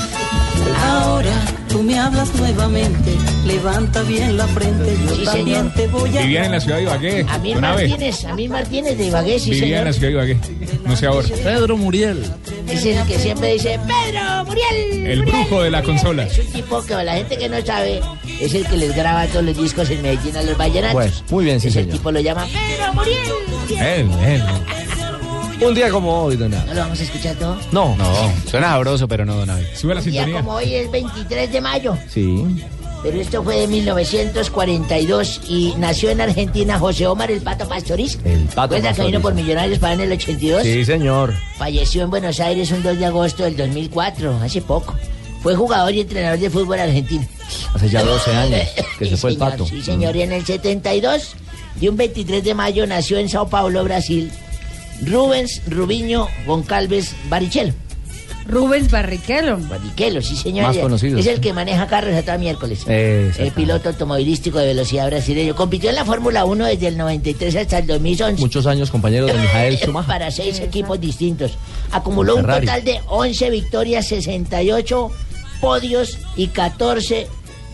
Speaker 25: Ahora tú me hablas nuevamente, levanta bien la frente, yo
Speaker 18: Sí,
Speaker 25: también
Speaker 18: señor.
Speaker 25: te voy a...
Speaker 8: Vivían en la ciudad de Ibagué.
Speaker 18: A mí
Speaker 8: don Abe.
Speaker 18: Martínez, a mí Martínez de Ibagué, sí,
Speaker 8: Vivían en
Speaker 18: señor.
Speaker 8: la ciudad de Ibagué. No sé ahora.
Speaker 25: Pedro Muriel.
Speaker 18: Es el que siempre dice, Pedro, Muriel.
Speaker 8: El brujo de la consola.
Speaker 18: Es un tipo que la gente que no sabe es el que les graba todos los discos en Medellín a los vallenatos.
Speaker 10: Bueno, muy bien, sí, señor.
Speaker 18: Tipo lo llama Pedro Muriel.
Speaker 10: Él, él. Un día como hoy, don Abe.
Speaker 18: ¿No lo vamos a escuchar todo?
Speaker 10: No.
Speaker 16: No, suena sabroso, pero no, don Abe.
Speaker 8: Sube la
Speaker 18: Un día como hoy es 23 de mayo,
Speaker 10: Sí.
Speaker 18: pero esto fue de 1942 y nació en Argentina José Omar el Pato Pastoriz. El
Speaker 10: Pato
Speaker 18: que vino
Speaker 10: Pastoriz.
Speaker 18: por Millonarios para en el 82?
Speaker 10: Sí, señor.
Speaker 18: Falleció en Buenos Aires un 2 de agosto del 2004, hace poco. Fue jugador y entrenador de fútbol argentino.
Speaker 10: Hace ya 12 años que se fue el pato.
Speaker 18: Sí, señor, y en el 72 y un 23 de mayo nació en Sao Paulo, Brasil, Rubens Rubiño Goncalves Barrichello.
Speaker 11: Rubens Barrichello.
Speaker 18: Barrichello, sí, señor.
Speaker 10: Más conocido.
Speaker 18: Es el que maneja carros hasta miércoles.
Speaker 10: Eh, Exactamente.
Speaker 18: El piloto automovilístico de velocidad brasileño. Compitió en la Fórmula 1 desde el 93 hasta el 2011.
Speaker 10: Muchos años compañero de Mijael Schumacher.
Speaker 18: Eh, Para seis equipos distintos. Acumuló un
Speaker 10: Ferrari.
Speaker 18: total de 11 victorias, 68 podios y 14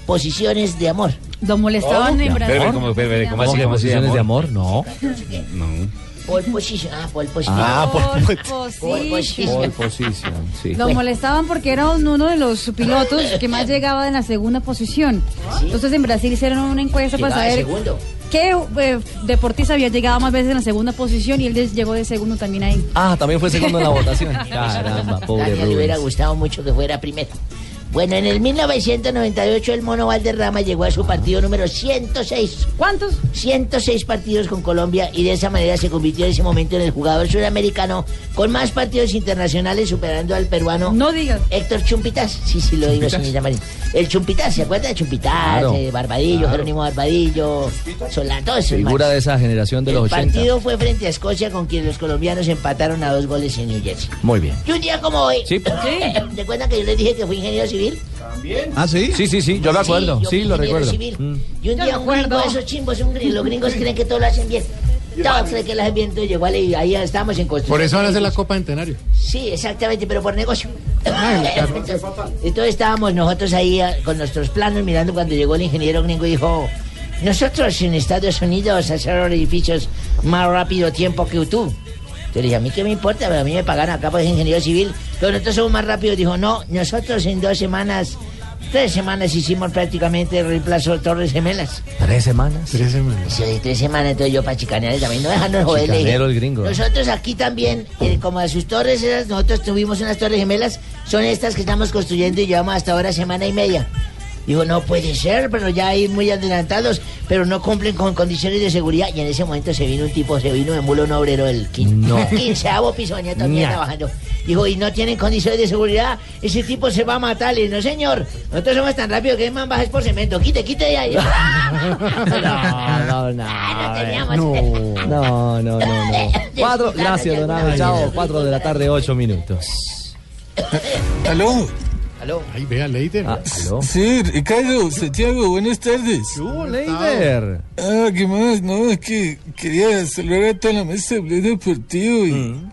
Speaker 18: posiciones de amor.
Speaker 11: Lo
Speaker 10: Oh,
Speaker 11: molestaban en Brasil.
Speaker 10: ¿Cómo que posiciones de amor? No.
Speaker 18: Pole position. Ah, pole position.
Speaker 10: Ah, pole-
Speaker 11: Pole
Speaker 18: Pole
Speaker 11: position.
Speaker 18: position.
Speaker 10: posición, sí.
Speaker 11: Lo molestaban porque era un- uno de los pilotos que más llegaba en la segunda posición. Entonces en Brasil hicieron una encuesta para
Speaker 18: ¿Ah? Llegaba de
Speaker 11: saber
Speaker 18: segundo.
Speaker 11: ¿Qué eh, deportista había llegado más veces en la segunda posición y él des- llegó de segundo también ahí?
Speaker 10: Ah, también fue segundo en la votación. Caramba, pobre
Speaker 18: Daniel, le
Speaker 10: Rubens.
Speaker 18: hubiera gustado mucho que fuera primero. Bueno, en el 1998 el Mono Valderrama llegó a su partido número 106.
Speaker 11: ¿Cuántos?
Speaker 18: 106 partidos con Colombia y de esa manera se convirtió en ese momento en el jugador suramericano con más partidos internacionales superando al peruano.
Speaker 11: No digas.
Speaker 18: Héctor Chumpitas. Sí, sí, lo digo,
Speaker 11: Chumpitas.
Speaker 18: señorita María. El Chumpitas, ¿se acuerda de Chumpitas?
Speaker 10: Claro.
Speaker 18: Eh, Barbadillo,
Speaker 10: Claro.
Speaker 18: Jerónimo Barbadillo, Solán, todos esos
Speaker 10: Figura
Speaker 18: manes.
Speaker 10: de esa generación de
Speaker 18: El
Speaker 10: los 80.
Speaker 18: partido fue frente a Escocia con quien los colombianos empataron a dos goles en New Jersey.
Speaker 10: Muy bien.
Speaker 18: Y un día como hoy, ¿recuerdan que yo les dije que fui ingeniero civil?
Speaker 10: ¿Ah, sí? Sí, sí, sí, yo me acuerdo.
Speaker 18: yo
Speaker 10: Sí,
Speaker 18: fui
Speaker 10: lo
Speaker 18: ingeniero
Speaker 10: recuerdo. Mm.
Speaker 18: civil. Y un día un gringo, esos chimbos, un gringo, los gringos creen que todo lo hacen bien. Todos creen que lo hacen bien, entonces llegó Ale y ahí estamos en construcción.
Speaker 28: Por eso van a hacer la Copa Centenario.
Speaker 18: Sí, exactamente, pero por negocio. entonces, entonces estábamos nosotros ahí ah, con nuestros planos mirando cuando llegó el ingeniero gringo y dijo, nosotros en Estados Unidos hacer edificios más rápido tiempo que tú. Yo le dije, a mí qué me importa, pero a mí me pagan acá por ser ingeniero civil, pero nosotros somos más rápidos. Dijo, no, nosotros en dos semanas, tres semanas hicimos prácticamente el reemplazo de Torres Gemelas.
Speaker 10: ¿Tres semanas?
Speaker 28: Tres semanas.
Speaker 18: Sí, tres semanas, entonces yo para chicanear también, no dejarnos joder. le dije.
Speaker 10: Chicanero el gringo.
Speaker 18: Nosotros aquí también, eh, como a sus torres, esas, nosotros tuvimos unas torres gemelas, son estas que estamos construyendo y llevamos hasta ahora semana y media. Digo, no puede ser, pero ya hay muy adelantados, pero no cumplen con condiciones de seguridad. Y en ese momento se vino un tipo, se vino de mulo un obrero del
Speaker 10: No.
Speaker 18: quinceavo piso, venía también
Speaker 10: Ña.
Speaker 18: trabajando. Dijo, y no tienen condiciones de seguridad, ese tipo se va a matar. Le dije, no señor, nosotros somos tan rápido que es man bajes por cemento, quite, quite de ahí.
Speaker 10: Ah, No, no, no. No, no, no, no. Cuatro, gracias, don Abe. Chao. Cuatro de la tarde, ocho minutos.
Speaker 29: Aló.
Speaker 18: Aló.
Speaker 28: Ahí vea, Leider.
Speaker 10: Ah,
Speaker 29: Sí, Ricardo, Santiago, buenas tardes.
Speaker 10: ¿Qué
Speaker 28: Leider?
Speaker 29: Ah, ¿qué más? No, es que quería saludar a toda la mesa de Blog Deportivo y,
Speaker 10: Mm.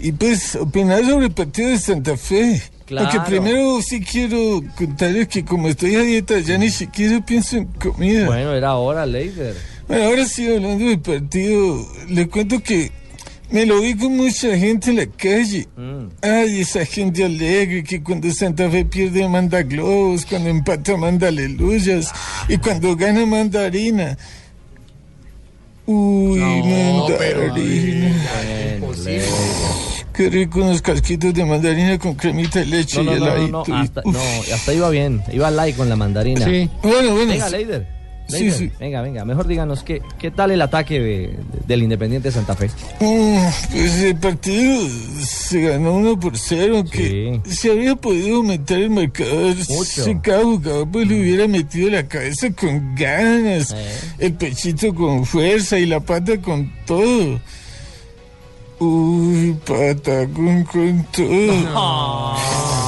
Speaker 29: y pues opinar sobre el partido de Santa Fe.
Speaker 10: Claro.
Speaker 29: Aunque primero sí quiero contarles que como estoy a dieta ya ni siquiera pienso en comida.
Speaker 10: Bueno, era hora, Leider.
Speaker 29: Bueno, ahora sí, hablando del partido, les cuento que me lo vi con mucha gente en la calle. Ay, esa gente um alegre que cuando Santa Fe pierde manda globos, cuando empata manda aleluyas y cuando gana manda harina. Uy, manda harina.
Speaker 10: É,
Speaker 29: Qué rico unos casquitos de mandarina con cremita de leche
Speaker 10: No, no,
Speaker 29: y
Speaker 10: no, no, no,
Speaker 29: heladito. y-
Speaker 10: hasta,
Speaker 29: Uf.
Speaker 10: no, hasta iba bien. Iba like con la mandarina.
Speaker 29: Sí. Bueno, bueno.
Speaker 10: Venga, Leider.
Speaker 29: Sí,
Speaker 10: Leider,
Speaker 29: sí.
Speaker 10: Venga, venga. Mejor díganos, ¿qué, qué tal el ataque de- del Independiente Santa Fe?
Speaker 29: Mm, Pues el partido se ganó 1 por 0, que se había podido meter el marcador
Speaker 10: Mucho.
Speaker 29: si cada jugador pues, le hubiera metido la cabeza con ganas, el pechito con fuerza y la pata con todo. Uy, patacón con todo.
Speaker 10: No,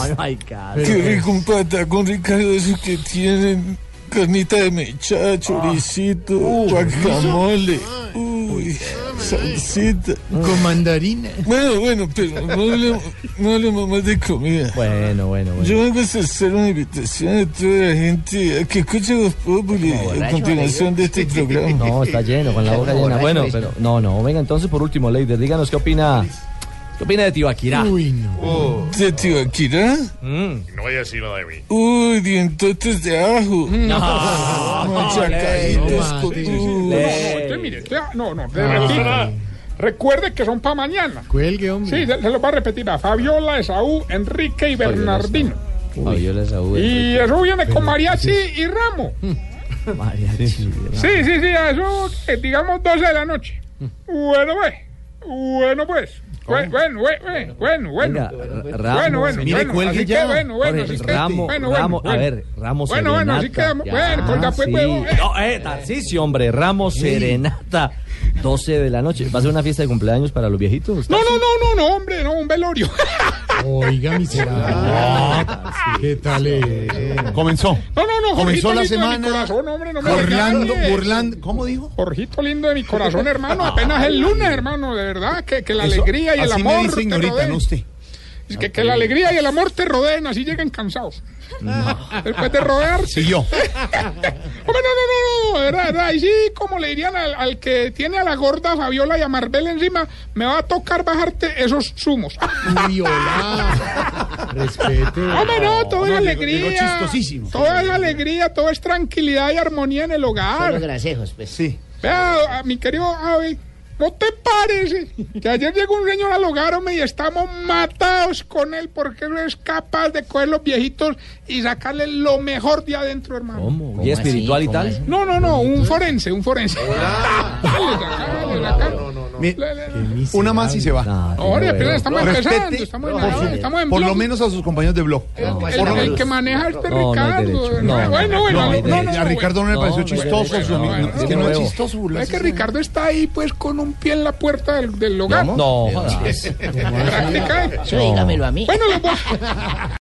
Speaker 10: no hay caso.
Speaker 29: Qué rico un patacón, Ricardo, esos que tienen carnita de
Speaker 10: Ah.
Speaker 29: mechada, choricito, guacamole, uy, salsita.
Speaker 10: Mm.
Speaker 29: Con mandarina. Bueno, bueno, pero no hablemos, no hablemos más de comida.
Speaker 10: Bueno, bueno, bueno.
Speaker 29: Yo vengo a hacer una invitación a toda la gente a que escuche los Populi a
Speaker 10: borracho,
Speaker 29: continuación de este programa.
Speaker 10: No, está lleno, con la boca llena. Bueno, pero no, no. Venga, entonces por último, Leider, díganos qué opina. ¿Qué opina de Tibaquirá?
Speaker 29: Uy, no. ¿De Oh. Tibaquirá?
Speaker 17: Mm.
Speaker 22: No voy a decir nada de mí.
Speaker 29: Uy, dientotes de ajo.
Speaker 22: No.
Speaker 23: Ah,
Speaker 19: Ah,
Speaker 29: Machacaditos. con-
Speaker 23: No, no, mire, que- no, no,
Speaker 19: Ah,
Speaker 23: le repito. Recuerde que son para mañana.
Speaker 28: Cuelgue, hombre.
Speaker 23: Sí, se, se los va a repetir a Fabiola, Esaú, Enrique y Bernardino.
Speaker 10: Fabiola Saúl.
Speaker 23: Y eso viene con mariachi y ramo. Sí, sí, sí, a eso, eh, digamos, 12 de la noche. Bueno, pues. Bueno, pues. Bueno, bueno, bueno, bueno, bueno. Bueno, bueno, bueno, así que bueno, bueno, así que-
Speaker 10: Ramo,
Speaker 23: bueno,
Speaker 10: Ramo,
Speaker 23: bueno,
Speaker 10: a
Speaker 23: bueno.
Speaker 10: ver, Ramo
Speaker 23: Bueno, bueno, así
Speaker 10: Serenata.
Speaker 23: quedamos. Bueno, colga, pues,
Speaker 10: sí.
Speaker 23: huevo, eh.
Speaker 10: No, eh, Tarcisio, hombre, Ramo Serenata, 12 de la noche. ¿Va a ser una fiesta de cumpleaños para los viejitos?
Speaker 23: No, no, no, no, no, hombre, no, un velorio.
Speaker 28: Oiga, miserable. ¿Qué tal? eh?
Speaker 22: Comenzó.
Speaker 23: No, no, no,
Speaker 28: Comenzó
Speaker 23: Jorgito
Speaker 28: la
Speaker 23: lindo de mi
Speaker 28: semana
Speaker 23: corazón, hombre, no me
Speaker 28: burlando,
Speaker 23: regales.
Speaker 28: burlando. ¿Cómo dijo?
Speaker 23: Jorgito lindo de mi corazón, hermano. Apenas el lunes, hermano, de verdad, que, que la
Speaker 28: Eso,
Speaker 23: alegría y el
Speaker 28: así
Speaker 23: amor.
Speaker 28: me dice
Speaker 23: te
Speaker 28: señorita,
Speaker 23: rodeen.
Speaker 28: no usted.
Speaker 23: Es que, que la alegría y el amor te rodeen, así llegan cansados. Después de rodear.
Speaker 28: Siguió.
Speaker 23: Hombre, no, no, no, no, de verdad, de verdad. Ahí sí, como le dirían al, al que tiene a la gorda Fabiola y a Marbel encima, me va a tocar bajarte esos zumos.
Speaker 1: Respete.
Speaker 23: Hombre, no, todo es
Speaker 1: Llegó
Speaker 23: alegría.
Speaker 1: chistosísimo.
Speaker 23: Todo es alegría, todo es tranquilidad y armonía en
Speaker 24: Son
Speaker 23: el
Speaker 24: los
Speaker 23: hogar.
Speaker 24: grasejos, pues. Sí.
Speaker 23: Vea, a mi querido Abe, ¿no te parece que ayer llegó un señor al hogar, hombre, y estamos matados con él porque no es capaz de coger los viejitos y sacarle lo mejor de adentro, hermano?
Speaker 10: ¿Y espiritual y tal?
Speaker 23: No, no, no,
Speaker 1: ¿eh?
Speaker 23: un forense, un forense.
Speaker 1: Mi- Una más y se va.
Speaker 23: Ahora apenas estamos
Speaker 1: Respete
Speaker 23: empezando, estamos en la-
Speaker 1: por, su-
Speaker 23: estamos en
Speaker 1: por lo
Speaker 23: blog.
Speaker 1: menos a sus compañeros de blog.
Speaker 23: El, el que maneja este
Speaker 1: No, no hay
Speaker 23: Ricardo.
Speaker 1: derecho. No, no,
Speaker 23: bueno,
Speaker 1: no,
Speaker 23: bueno,
Speaker 1: no hay
Speaker 23: no, no,
Speaker 1: derecho. A Ricardo no le pareció
Speaker 23: bueno,
Speaker 1: chistoso
Speaker 23: bueno,
Speaker 1: su-
Speaker 23: bueno,
Speaker 1: es que no es
Speaker 23: bueno.
Speaker 1: chistoso
Speaker 23: Es que Ricardo está ahí, pues, con un pie en la puerta del, del hogar.
Speaker 10: No, jodas.
Speaker 23: Practica.
Speaker 24: Eso dígamelo a mí.
Speaker 23: Bueno, lo voy-